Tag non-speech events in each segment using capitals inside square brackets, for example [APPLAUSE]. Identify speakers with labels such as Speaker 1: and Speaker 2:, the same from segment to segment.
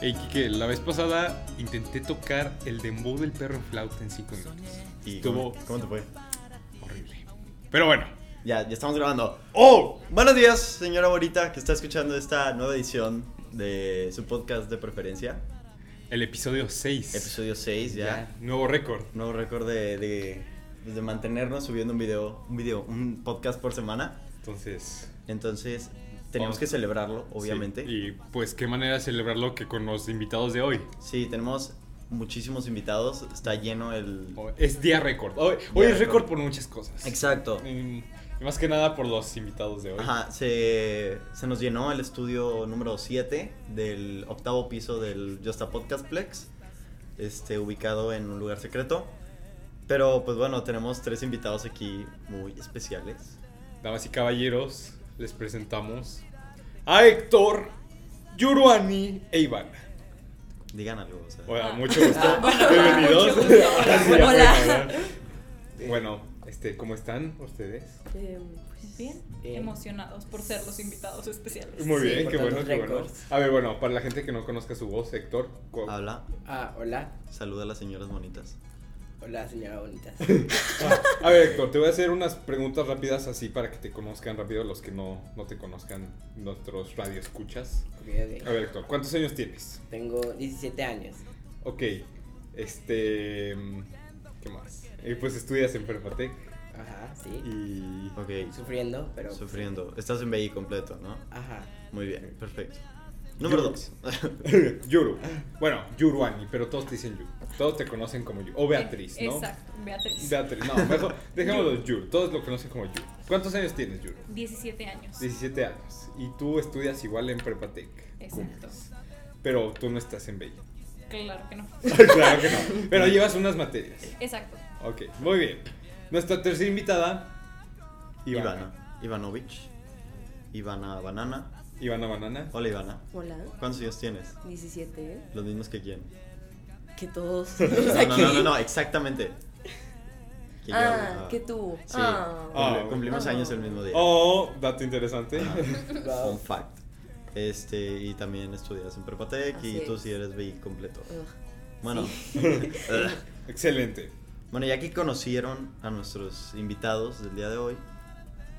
Speaker 1: Ey, Kike, la vez pasada intenté tocar el dembow del perro en flauta en 5 minutos.
Speaker 2: ¿Y
Speaker 1: Estuvo-
Speaker 2: cómo, cómo te fue?
Speaker 1: Horrible. Pero bueno,
Speaker 2: Ya, ya estamos grabando. ¡Oh! Buenos días, señora Bonita, que está escuchando esta nueva edición de su podcast de preferencia.
Speaker 1: el episodio 6.
Speaker 2: Episodio 6, ya.
Speaker 1: Nuevo récord.
Speaker 2: Nuevo récord de, de, pues, de mantenernos subiendo un video, un video, un podcast por semana.
Speaker 1: Entonces.
Speaker 2: Entonces, tenemos
Speaker 1: Oh.
Speaker 2: que celebrarlo, obviamente.
Speaker 1: sí.
Speaker 2: Sí,
Speaker 1: Y pues qué manera de celebrarlo que con los invitados de hoy.
Speaker 2: tenemos muchísimos invitados. Está lleno el...
Speaker 1: Hoy- Oh, Es día récord. Hoy, hoy es
Speaker 2: récord.
Speaker 1: récord por muchas cosas.
Speaker 2: Exacto.
Speaker 1: Y, y más que nada por los invitados de hoy.
Speaker 2: Ajá, se, se nos llenó el estudio número 7 del octavo piso del Yosta Podcast Plex, este, ubicado en un lugar secreto. Pero pues bueno, tenemos tres invitados aquí muy especiales.
Speaker 1: Damas y caballeros, les presentamos a Héctor, Yuruani e Ivana.
Speaker 2: Digan algo, o sea.
Speaker 1: Hola, mucho
Speaker 2: [LAUGHS]
Speaker 1: gusto.
Speaker 3: Ah, bueno,
Speaker 1: Bienvenidos. [LAUGHS]
Speaker 3: mucho gusto.
Speaker 1: Sí, ya
Speaker 3: Hola.
Speaker 1: pueden hablar. Bueno, este, ¿cómo están ustedes?
Speaker 4: Eh,
Speaker 3: pues Bien,
Speaker 4: Bien.
Speaker 3: emocionados por ser los invitados especiales.
Speaker 1: Muy
Speaker 4: Sí,
Speaker 1: bien,
Speaker 4: por
Speaker 1: qué bueno,
Speaker 4: tantos
Speaker 1: qué bueno.
Speaker 4: récords.
Speaker 1: A ver, bueno, para la gente que no conozca su voz, Héctor, cu-
Speaker 2: Habla,
Speaker 4: Ah, hola.
Speaker 2: saluda a las señoras bonitas.
Speaker 4: Hola, señora bonita.
Speaker 1: [LAUGHS] Ah, a ver, Héctor, te voy a hacer unas preguntas rápidas así para que te conozcan rápido los que no, no te conozcan, nuestros radioescuchas. A
Speaker 4: Ok, ok.
Speaker 1: ver, Héctor, ¿cuántos años tienes?
Speaker 4: Tengo 17 años.
Speaker 1: Ok, este... mm, ¿Qué más? Eh, pues estudias en Fermatec
Speaker 4: Ajá, sí.
Speaker 1: y...
Speaker 2: Ok,
Speaker 4: Sufriendo, pero.
Speaker 2: sufriendo. Estás en BI completo, ¿no?
Speaker 4: Ajá.
Speaker 2: Muy bien, perfecto. Número
Speaker 1: Yo-
Speaker 2: [LAUGHS]
Speaker 1: [LAUGHS]
Speaker 2: 2.
Speaker 1: Yuru. Bueno, Yuruani, pero todos te dicen Yuru. Todos te conocen como Yuru. O Beatriz, ¿no?
Speaker 3: Eh, Exacto, Beatriz.
Speaker 1: Beatriz, no, mejor [LAUGHS] dejémoslo Yuru. Todos lo conocen como Yuru. ¿Cuántos años tienes, Yuru?
Speaker 3: 17 años.
Speaker 1: 17 años. Y tú estudias igual en Prepatec.
Speaker 3: Exacto.
Speaker 1: Cumples. Pero tú no estás en Bella.
Speaker 3: Claro que no.
Speaker 1: [LAUGHS] claro que no. Pero llevas unas materias.
Speaker 3: Exacto.
Speaker 1: Ok, muy bien. Nuestra tercera invitada, Ivana.
Speaker 2: Ivana. Ivanovich. Ivana Banana.
Speaker 1: Ivana Banana.
Speaker 2: Hola Ivana.
Speaker 5: Hola,
Speaker 2: ¿Cuántos años tienes?
Speaker 5: 17,
Speaker 2: Los mismos que quién.
Speaker 1: [LAUGHS]
Speaker 5: que todos
Speaker 2: No, no, no, no, no, exactamente. Que yo,
Speaker 5: [LAUGHS] Ah, que tú.
Speaker 2: Sí.
Speaker 5: Ah.
Speaker 2: Cumple- cumplimos
Speaker 5: Ah.
Speaker 2: años el mismo día.
Speaker 1: Oh, dato interesante. [LAUGHS]
Speaker 2: Fun fact. Este, y también estudias en Prepatec y
Speaker 5: Así
Speaker 2: tú
Speaker 5: es.
Speaker 2: sí eres BI completo.
Speaker 5: Ugh. [LAUGHS]
Speaker 2: Bueno,
Speaker 1: Excelente.
Speaker 2: bueno, ya que conocieron a nuestros invitados del día de hoy,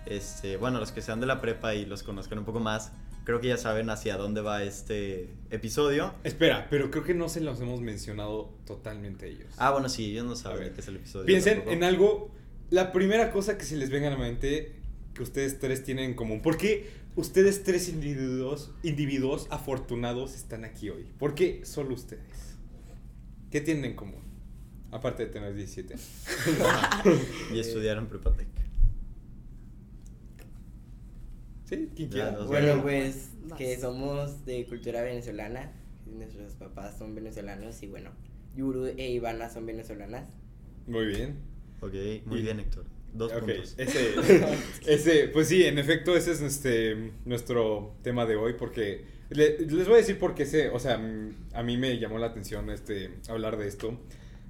Speaker 2: este, bueno, los que sean de la prepa y los conozcan un poco más, creo que ya saben hacia dónde va este episodio.
Speaker 1: Espera, pero creo que no se los hemos mencionado totalmente a ellos.
Speaker 2: Ah, bueno, sí, ellos no saben
Speaker 1: ver.
Speaker 2: de qué es el episodio.
Speaker 1: Piensen
Speaker 2: tampoco.
Speaker 1: en algo, la primera cosa que se les venga a la mente que ustedes tres tienen en común. ¿Por qué ustedes tres individuos, individuos afortunados están aquí hoy? ¿Por qué solo ustedes? ¿Qué tienen en común? Aparte de tener 17. años.
Speaker 2: Y estudiar en Prepatec.
Speaker 1: ¿Sí? ¿Quién
Speaker 2: Ya,
Speaker 1: quiera?
Speaker 2: los
Speaker 4: Bueno,
Speaker 2: Bueno,
Speaker 4: pues
Speaker 5: vas.
Speaker 4: que somos de cultura venezolana. Nuestros papás son venezolanos y bueno, Yuru e Ivana son venezolanas.
Speaker 1: Muy bien.
Speaker 2: Ok, muy
Speaker 1: Y-
Speaker 2: bien, Héctor. Dos
Speaker 1: Ok,
Speaker 2: puntos.
Speaker 1: Ese,
Speaker 2: [LAUGHS]
Speaker 1: [LAUGHS] ese, pues sí, en efecto, ese es este, nuestro tema de hoy, porque le- les voy a decir por qué sé, o sea, mm, a mí me llamó la atención este, hablar de esto,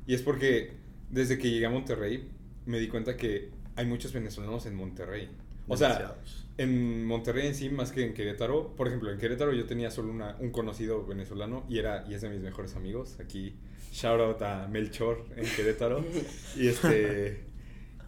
Speaker 1: y es porque desde que llegué a Monterrey me di cuenta que hay muchos venezolanos en Monterrey. O sea,
Speaker 2: Demasiados.
Speaker 1: en Monterrey en sí, más que en Querétaro, por ejemplo, en Querétaro yo tenía solo una- un conocido venezolano y era y es de mis mejores amigos. Aquí, shout out a Melchor en Querétaro. y este.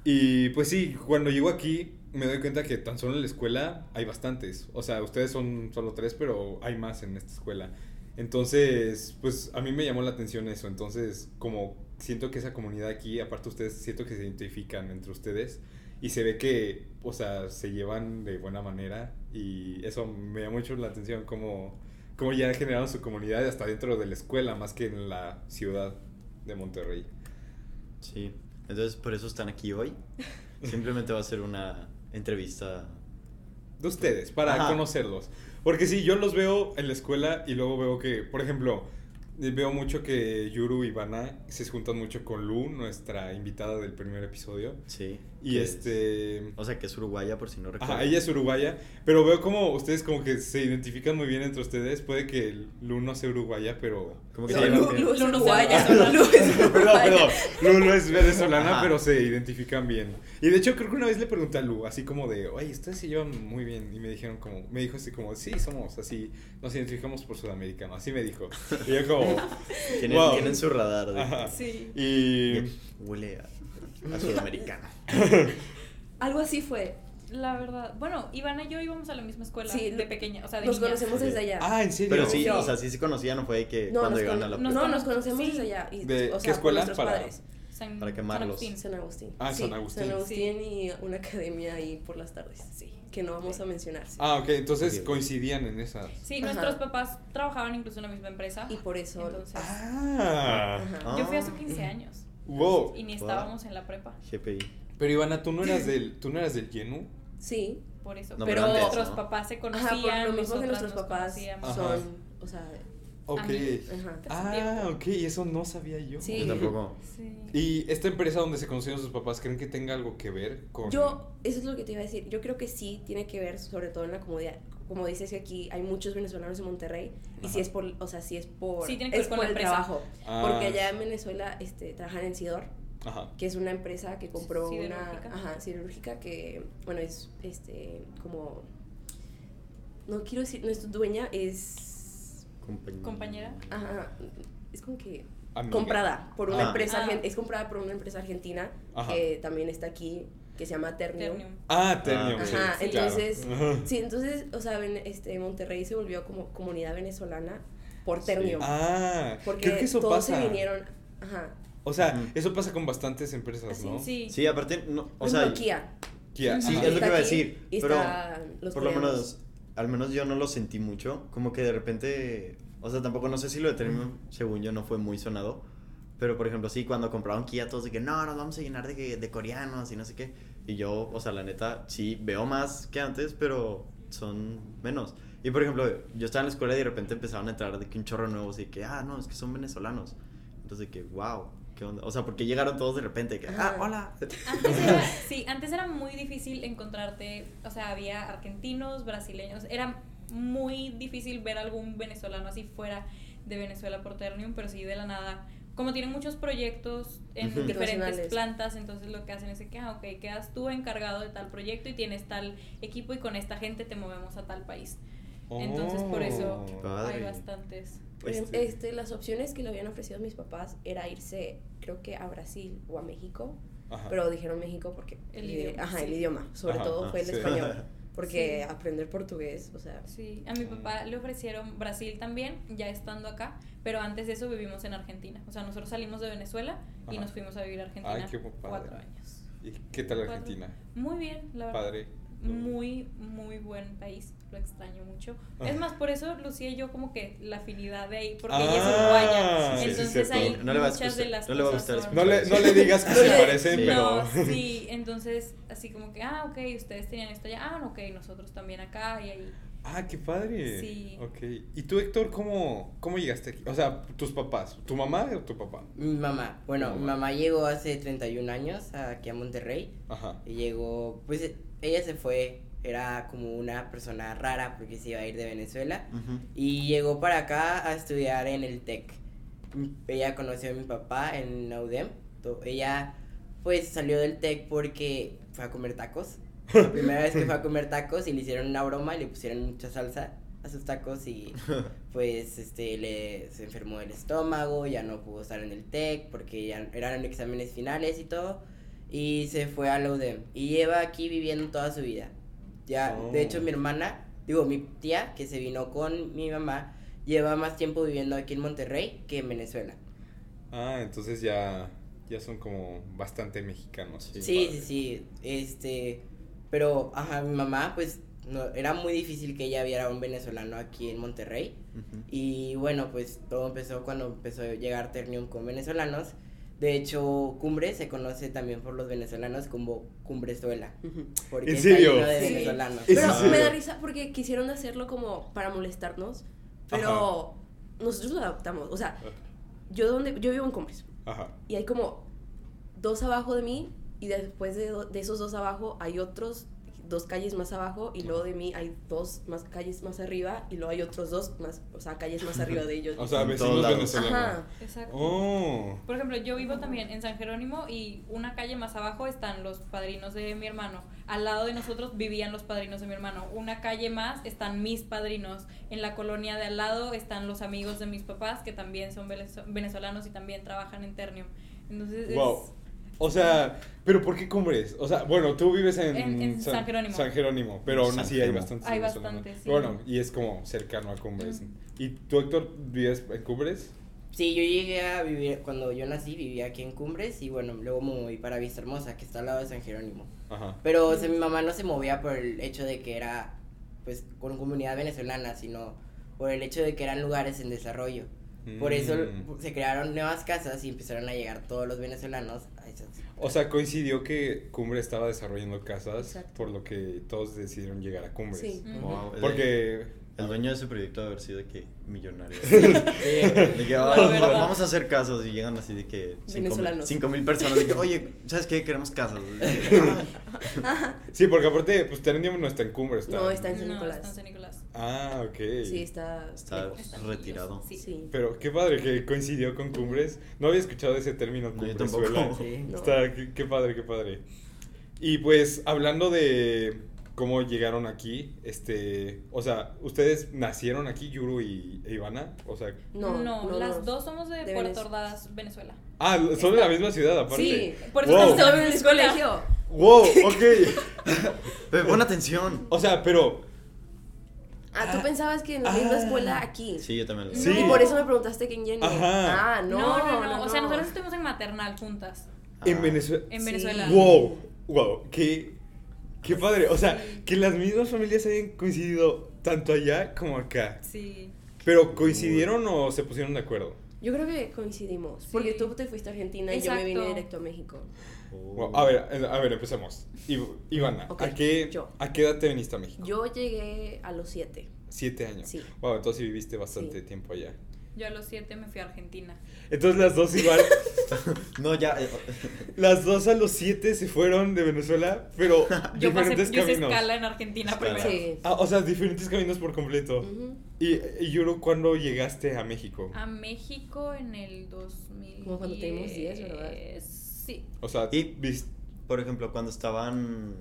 Speaker 1: Y pues sí, cuando llego aquí me doy cuenta que tan solo en la escuela hay bastantes. O sea, ustedes son solo tres, pero hay más en esta escuela. Entonces, pues a mí me llamó la atención eso. Entonces, como siento que esa comunidad aquí, aparte ustedes, siento que se identifican entre ustedes y se ve que, o sea, se llevan de buena manera y eso me llama mucho la atención, como, como ya generaron su comunidad hasta dentro de la escuela, más que en la ciudad de Monterrey.
Speaker 2: Sí, entonces por eso están
Speaker 1: [LAUGHS]
Speaker 2: aquí hoy. Simplemente va a ser una entrevista.
Speaker 1: de ustedes para
Speaker 2: Ajá.
Speaker 1: conocerlos. Porque sí, yo los veo en la escuela y luego veo que, por ejemplo, eh, veo mucho que Yuru y Ivana se juntan mucho con Lu, nuestra invitada del primer episodio.
Speaker 2: Sí.
Speaker 1: Y
Speaker 2: Que-
Speaker 1: este...
Speaker 2: O sea, que es uruguaya, por si no recuerdo.
Speaker 1: Ajá, ella es uruguaya, pero veo como ustedes como que se identifican muy bien entre ustedes. Puede que Lu no sea uruguaya, pero...
Speaker 2: Como que
Speaker 1: se
Speaker 5: No,
Speaker 2: sí,
Speaker 1: llevan
Speaker 5: Lu,
Speaker 1: bien.
Speaker 5: Lu es
Speaker 3: Lu no se
Speaker 5: uruguaya,
Speaker 3: habla.
Speaker 5: Lu es
Speaker 1: [LAUGHS]
Speaker 5: uruguaya.
Speaker 1: Perdón, perdón. Lu no es venezolana,
Speaker 2: Ajá.
Speaker 1: pero se identifican bien. Y de hecho creo que una vez le pregunté a Lu, así como de, oye, ustedes se llevan muy bien. Y me dijeron como, me dijo así como, sí, somos así, nos identificamos por sudamericano. Así me dijo. Y yo como,
Speaker 2: [LAUGHS] Tienen,
Speaker 1: Wow.
Speaker 2: tienen su radar. de-
Speaker 1: Ajá.
Speaker 3: Sí.
Speaker 1: y...
Speaker 2: Huele a, a sudamericano.
Speaker 5: Algo así fue.
Speaker 3: La verdad, bueno, Ivana y yo íbamos a la misma escuela
Speaker 5: Sí,
Speaker 3: de pequeña, o sea, de
Speaker 5: Nos
Speaker 3: niñas.
Speaker 5: conocemos desde allá.
Speaker 1: Ah, ¿en serio?
Speaker 2: Pero sí,
Speaker 5: Sí.
Speaker 2: o sea, sí se conocían, fue de que
Speaker 5: no,
Speaker 2: cuando
Speaker 5: nos
Speaker 2: llegaron
Speaker 5: cono-
Speaker 2: a la
Speaker 5: no,
Speaker 2: prepa.
Speaker 5: no, nos conocemos
Speaker 3: Sí.
Speaker 5: desde allá.
Speaker 1: ¿De
Speaker 5: Y, o
Speaker 1: qué
Speaker 5: sea, por
Speaker 1: escuela?
Speaker 5: nuestros
Speaker 1: Para-
Speaker 5: padres.
Speaker 3: San-
Speaker 2: Para quemarlos.
Speaker 3: San Agustín.
Speaker 5: San Agustín.
Speaker 1: Ah, San Agustín.
Speaker 5: San Agustín y una academia ahí por las tardes.
Speaker 3: Sí.
Speaker 5: Que no vamos a mencionar. sí.
Speaker 1: Ah, ok, entonces
Speaker 2: Ok.
Speaker 1: coincidían en esas.
Speaker 3: Sí,
Speaker 5: Ajá.
Speaker 3: nuestros papás trabajaban incluso en la misma empresa.
Speaker 5: Y por eso.
Speaker 3: Entonces,
Speaker 1: Ah,
Speaker 5: Ajá.
Speaker 3: yo fui a sus 15 años.
Speaker 1: wow.
Speaker 3: Y ni
Speaker 2: Wow.
Speaker 3: estábamos en la prepa.
Speaker 2: GPI.
Speaker 1: Pero Ivana, tú no eras del, tú no eras del Yenu.
Speaker 5: Sí,
Speaker 3: Por eso.
Speaker 2: No,
Speaker 3: pero
Speaker 2: pero antes,
Speaker 3: nuestros
Speaker 2: ¿no?
Speaker 3: papás se
Speaker 5: Ajá,
Speaker 3: conocían.
Speaker 5: por lo mismo que
Speaker 3: nosotras
Speaker 5: nuestros
Speaker 3: nos
Speaker 5: papás
Speaker 3: conocíamos.
Speaker 1: Ajá.
Speaker 5: son, o sea,
Speaker 1: Ok.
Speaker 3: Amigos.
Speaker 5: ajá.
Speaker 1: Ah, ok, eso no sabía yo.
Speaker 5: Sí.
Speaker 2: Yo tampoco.
Speaker 3: Sí.
Speaker 1: ¿Y esta empresa donde se conocieron sus papás, creen que tenga algo que ver con...?
Speaker 5: Yo, eso es lo que te iba a decir. Yo creo que sí tiene que ver, sobre todo en la comodidad. Como dices que aquí hay muchos venezolanos en Monterrey y
Speaker 1: Ajá.
Speaker 5: si es por, o sea, si es por,
Speaker 3: Sí, tiene que ver
Speaker 5: es
Speaker 3: con
Speaker 5: por
Speaker 3: la
Speaker 5: el
Speaker 3: empresa.
Speaker 5: trabajo.
Speaker 1: Ah,
Speaker 5: Porque allá en Venezuela este, trabajan en Sidor,
Speaker 1: Ajá.
Speaker 5: que es una empresa que compró una
Speaker 3: Siderúrgica.
Speaker 5: ajá, cirúrgica que, bueno, es este, como, no quiero decir, no es dueña, es,
Speaker 2: Compañera.
Speaker 3: Compañera.
Speaker 5: ajá, es como que
Speaker 1: Amiga.
Speaker 5: comprada por una
Speaker 2: Ah.
Speaker 5: empresa,
Speaker 3: Ah.
Speaker 5: argen- es comprada por una empresa argentina
Speaker 1: Ajá.
Speaker 5: que también está aquí, que se llama Ternium.
Speaker 3: Ternium.
Speaker 1: Ah, Ternium.
Speaker 2: Ah,
Speaker 1: sí,
Speaker 5: Ajá,
Speaker 1: sí,
Speaker 5: entonces,
Speaker 1: claro. Ajá.
Speaker 5: Sí, entonces, o sea, ven- este, Monterrey se volvió como comunidad venezolana por
Speaker 2: Sí.
Speaker 5: Ternium.
Speaker 1: Ah,
Speaker 5: porque
Speaker 1: creo que eso
Speaker 5: todos
Speaker 1: pasa.
Speaker 5: se vinieron, ajá,
Speaker 1: O sea,
Speaker 2: Ujú.
Speaker 1: eso pasa con bastantes empresas,
Speaker 5: Así,
Speaker 1: ¿no?
Speaker 3: Sí.
Speaker 2: Pues Sí, aparte, no, o
Speaker 5: Es
Speaker 2: sea,
Speaker 5: pues Nokia.
Speaker 1: Kia,
Speaker 2: Sí,
Speaker 1: ajá.
Speaker 2: es lo que
Speaker 5: Está
Speaker 2: iba a
Speaker 5: aquí
Speaker 2: decir,
Speaker 5: y
Speaker 2: pero
Speaker 5: están los
Speaker 2: por lo
Speaker 5: coreanos.
Speaker 2: menos, al menos yo no lo sentí mucho, como que de repente, o sea, tampoco no sé si lo de Ternium, según yo, no fue muy sonado, pero por ejemplo, sí, cuando compraban Kia, todos de que no, nos vamos a llenar de, que- de coreanos y no sé qué, y yo, o sea, la neta, sí, veo más que antes, pero son menos. Y por ejemplo, yo estaba en la escuela y de repente empezaron a entrar de que un chorro nuevo, así que, ah, no, es que son venezolanos, entonces de que, wow, qué onda, o sea, porque llegaron todos de repente, de que, ah,
Speaker 5: Ajá. [LAUGHS]
Speaker 2: hola.
Speaker 3: Antes era, sí, antes era muy difícil encontrarte, o sea, había argentinos, brasileños, era muy difícil ver algún venezolano así fuera de Venezuela por Ternium, pero sí de la nada. Como tienen muchos proyectos en
Speaker 2: Ujú.
Speaker 3: diferentes
Speaker 5: Internacionales.
Speaker 3: plantas, entonces lo que hacen es de que, ah, ok, quedas tú encargado de tal proyecto y tienes tal equipo y con esta gente te movemos a tal país.
Speaker 5: Oh.
Speaker 3: Entonces, por eso-
Speaker 1: Oh.
Speaker 2: Padre.
Speaker 3: Hay bastantes.
Speaker 5: Pero,
Speaker 2: Este-
Speaker 5: este, las opciones que le habían ofrecido a mis papás era irse, creo que a Brasil o a México,
Speaker 1: Ajá.
Speaker 5: pero dijeron México porque
Speaker 3: El
Speaker 5: eh,
Speaker 3: idioma,
Speaker 5: ajá, el
Speaker 3: sí.
Speaker 5: idioma, sobre
Speaker 1: Ajá,
Speaker 5: todo
Speaker 2: ajá,
Speaker 5: fue el
Speaker 1: sí.
Speaker 2: [LAUGHS]
Speaker 5: español, porque
Speaker 3: Sí.
Speaker 5: aprender portugués, o sea,
Speaker 3: Sí, a mi papá le ofrecieron Brasil también, ya estando acá, pero antes de eso vivimos en Argentina. O sea, nosotros salimos de Venezuela y
Speaker 1: Ajá.
Speaker 3: nos fuimos a vivir a Argentina
Speaker 1: Ay, qué padre.
Speaker 3: cuatro años.
Speaker 1: ¿Y qué tal
Speaker 3: Cuatro.
Speaker 1: Argentina?
Speaker 3: Muy bien, la verdad.
Speaker 1: Padre.
Speaker 3: Muy, muy buen país, lo extraño mucho.
Speaker 1: Ah.
Speaker 3: Es más, por eso Lucía y yo como que la afinidad de ahí, porque
Speaker 1: Ah,
Speaker 3: ella es uruguaya.
Speaker 1: sí, sí,
Speaker 3: entonces
Speaker 1: cierto.
Speaker 3: ahí
Speaker 2: No le va a
Speaker 3: muchas
Speaker 2: gustar-
Speaker 3: de las
Speaker 2: no le va a
Speaker 3: cosas
Speaker 2: gustar
Speaker 3: son-
Speaker 1: No le, no le digas que se
Speaker 5: No le-
Speaker 1: parecen,
Speaker 3: [LAUGHS]
Speaker 2: Sí.
Speaker 1: pero...
Speaker 3: no,
Speaker 1: [LAUGHS]
Speaker 3: sí, entonces así como que, ah, ok, ustedes tenían esto allá, ah, ok, nosotros también acá y ahí.
Speaker 1: Ah, qué padre.
Speaker 3: Sí.
Speaker 1: Ok. ¿Y tú, Héctor, cómo, cómo llegaste aquí? O sea, tus papás. ¿Tu mamá o tu papá?
Speaker 4: Mi mamá, bueno,
Speaker 1: Tu
Speaker 4: mi
Speaker 1: mamá.
Speaker 4: mamá llegó hace 31 años aquí a Monterrey.
Speaker 1: Ajá.
Speaker 4: Y llegó, pues eh, ella se fue, era como una persona rara porque se iba a ir de Venezuela.
Speaker 2: Ujú.
Speaker 4: Y llegó para acá a estudiar en el TEC. M- Ella conoció a mi papá en la UDEM. To- Ella pues salió del TEC porque fue a comer tacos. La primera vez que fue a comer tacos y le hicieron una broma y le pusieron mucha salsa a sus tacos y pues este le se enfermó el estómago, ya no pudo estar en el TEC porque ya eran exámenes finales y todo y se fue a la UDEM y lleva aquí viviendo toda su vida. Ya,
Speaker 1: Oh.
Speaker 4: de hecho mi hermana, digo mi tía que se vino con mi mamá lleva más tiempo viviendo aquí en Monterrey que en Venezuela.
Speaker 1: Ah, entonces ya, ya son como bastante mexicanos.
Speaker 2: Sí,
Speaker 4: Sí,
Speaker 1: padre.
Speaker 4: sí, sí. Este, pero, ajá, mi mamá, pues, no, era muy difícil que ella viera a un venezolano aquí en Monterrey.
Speaker 2: Ujú.
Speaker 4: Y bueno, pues todo empezó cuando empezó a llegar Ternium con venezolanos. De hecho, Cumbre se conoce también por los venezolanos como Cumbrezuela.
Speaker 5: ujú.
Speaker 4: Porque
Speaker 1: ¿En
Speaker 4: está
Speaker 1: serio?
Speaker 4: lleno de
Speaker 5: Sí.
Speaker 4: venezolanos.
Speaker 1: Es
Speaker 5: Pero
Speaker 1: sencillo.
Speaker 5: me da risa porque quisieron hacerlo como para molestarnos, pero nosotros lo adaptamos. O sea, yo donde yo vivo en Cumbres
Speaker 1: Ajá.
Speaker 5: y hay como dos abajo de mí y después de, do- de esos dos abajo hay otros dos calles más abajo y luego de mí hay dos más calles más arriba y luego hay otros dos más, o sea, calles más arriba de ellos.
Speaker 1: [LAUGHS] O sea,
Speaker 2: En
Speaker 1: vecinos
Speaker 2: todos lados.
Speaker 1: venezolanos.
Speaker 5: Ajá.
Speaker 3: Exacto.
Speaker 1: Oh.
Speaker 3: Por ejemplo, yo vivo también en San Jerónimo y una calle más abajo están los padrinos de mi hermano. Al lado de nosotros vivían los padrinos de mi hermano. Una calle más están mis padrinos. En la colonia de al lado están los amigos de mis papás que también son venezo- venezolanos y también trabajan en Ternium. Entonces es-
Speaker 1: Wow. O sea, pero ¿por qué cumbres? O sea, bueno, tú vives en,
Speaker 3: En- en San Jerónimo.
Speaker 1: San Jerónimo, pero aún
Speaker 2: San
Speaker 1: así hay
Speaker 2: Jerónimo.
Speaker 1: bastantes.
Speaker 3: Hay
Speaker 1: venezolanos.
Speaker 3: bastantes, sí.
Speaker 1: Bueno, y es como cercano a cumbres.
Speaker 3: Ujú.
Speaker 1: ¿Y tú, Héctor, vives en cumbres?
Speaker 4: Sí, yo llegué a vivir, cuando yo nací vivía aquí en Cumbres y bueno, luego me moví para Vista Hermosa, que está al lado de San Jerónimo.
Speaker 1: Ajá.
Speaker 4: Pero o sea, mi mamá no se movía por el hecho de que era pues con comunidad venezolana, sino por el hecho de que eran lugares en desarrollo. Por eso
Speaker 1: Mm.
Speaker 4: se crearon nuevas casas y empezaron a llegar todos los venezolanos a esas. [LAUGHS]
Speaker 1: O sea, coincidió que Cumbre estaba desarrollando casas,
Speaker 5: Exacto.
Speaker 1: por lo que todos decidieron llegar a Cumbres.
Speaker 5: Sí.
Speaker 3: Ujú.
Speaker 2: Wow, el-
Speaker 1: Porque.
Speaker 2: El dueño de ese proyecto debe haber sido de que millonario.
Speaker 4: Sí.
Speaker 2: De que,
Speaker 3: La
Speaker 2: "Ay,
Speaker 3: verdad.
Speaker 2: vamos a hacer casas y llegan así de que cinco mil,
Speaker 5: Venezolanos.
Speaker 2: cinco mil personas. De que, oye, ¿sabes qué? Queremos casas. "Ah,
Speaker 1: Sí, porque aparte, pues Ternium no está en Cumbres. está
Speaker 5: No, está en San
Speaker 3: No,
Speaker 5: Nicolás.
Speaker 3: están en San Nicolás.
Speaker 1: Ah, ok.
Speaker 5: Sí, está.
Speaker 2: Está
Speaker 5: lejos.
Speaker 3: Están
Speaker 2: retirado.
Speaker 3: lejos, sí.
Speaker 5: Sí.
Speaker 1: Pero qué padre que coincidió con Cumbres. No había escuchado ese término
Speaker 2: No, yo
Speaker 1: cumbrezuela.
Speaker 2: tampoco.
Speaker 4: Sí.
Speaker 5: No.
Speaker 1: Está, qué, qué padre, qué padre. Y pues hablando de cómo llegaron aquí, este, o sea, ustedes nacieron aquí, Yuru y e Ivana, o sea,
Speaker 5: No, no, no.
Speaker 3: las dos somos de,
Speaker 5: De
Speaker 3: Puerto
Speaker 5: Venez-
Speaker 3: Ordaz, Venezuela.
Speaker 1: ah, son de la misma ciudad aparte.
Speaker 5: Sí,
Speaker 3: Por eso
Speaker 1: Wow.
Speaker 5: Estamos en
Speaker 3: estamos
Speaker 5: el mismo colegio.
Speaker 1: Wow,
Speaker 5: [LAUGHS]
Speaker 1: ok.
Speaker 2: Pero pon atención.
Speaker 1: O sea, pero
Speaker 5: Ah, tú pensabas que en la misma escuela aquí.
Speaker 2: Sí, yo también lo
Speaker 1: Sí.
Speaker 5: Y por eso me preguntaste quién Jenny.
Speaker 1: Ajá.
Speaker 5: Ah, no.
Speaker 3: No no, no, O sea, nosotros estuvimos en maternal juntas.
Speaker 1: en
Speaker 2: Ah.
Speaker 1: Venezuela.
Speaker 3: En
Speaker 5: Sí.
Speaker 3: Venezuela.
Speaker 1: Wow, wow, qué qué padre, o sea, que las mismas familias hayan coincidido tanto allá como acá.
Speaker 3: Sí.
Speaker 1: Pero coincidieron o se pusieron de acuerdo.
Speaker 5: Yo creo que coincidimos.
Speaker 3: Sí.
Speaker 5: Porque tú te fuiste a Argentina y yo me vine
Speaker 3: Exacto.
Speaker 5: directo a México.
Speaker 2: Oh.
Speaker 1: Wow, a ver, a ver, empecemos. Iv- Ivana,
Speaker 5: Ok,
Speaker 1: ¿a qué
Speaker 5: yo.
Speaker 1: a qué edad te viniste a México?
Speaker 5: Yo llegué a los siete.
Speaker 1: Siete años.
Speaker 5: Sí.
Speaker 1: Wow, entonces sí viviste bastante
Speaker 5: Sí.
Speaker 1: tiempo allá.
Speaker 3: Yo a los siete me fui a Argentina.
Speaker 1: Entonces las dos igual,
Speaker 2: No, ya. eh, [LAUGHS]
Speaker 1: las dos a los siete se fueron de Venezuela, pero
Speaker 3: Yo pasé
Speaker 1: diferentes
Speaker 3: yo hice
Speaker 1: caminos.
Speaker 3: escala en Argentina
Speaker 2: Escala.
Speaker 3: primero.
Speaker 5: Sí.
Speaker 1: Ah, o sea, diferentes caminos por completo.
Speaker 5: Ujú.
Speaker 1: Y, y Yuro, ¿cuándo llegaste a México?
Speaker 3: A México en el 2000.
Speaker 5: Como cuando teníamos 10, ¿verdad?
Speaker 3: Sí.
Speaker 1: O sea,
Speaker 2: Y-
Speaker 1: vis-
Speaker 2: Por ejemplo, cuando estaban.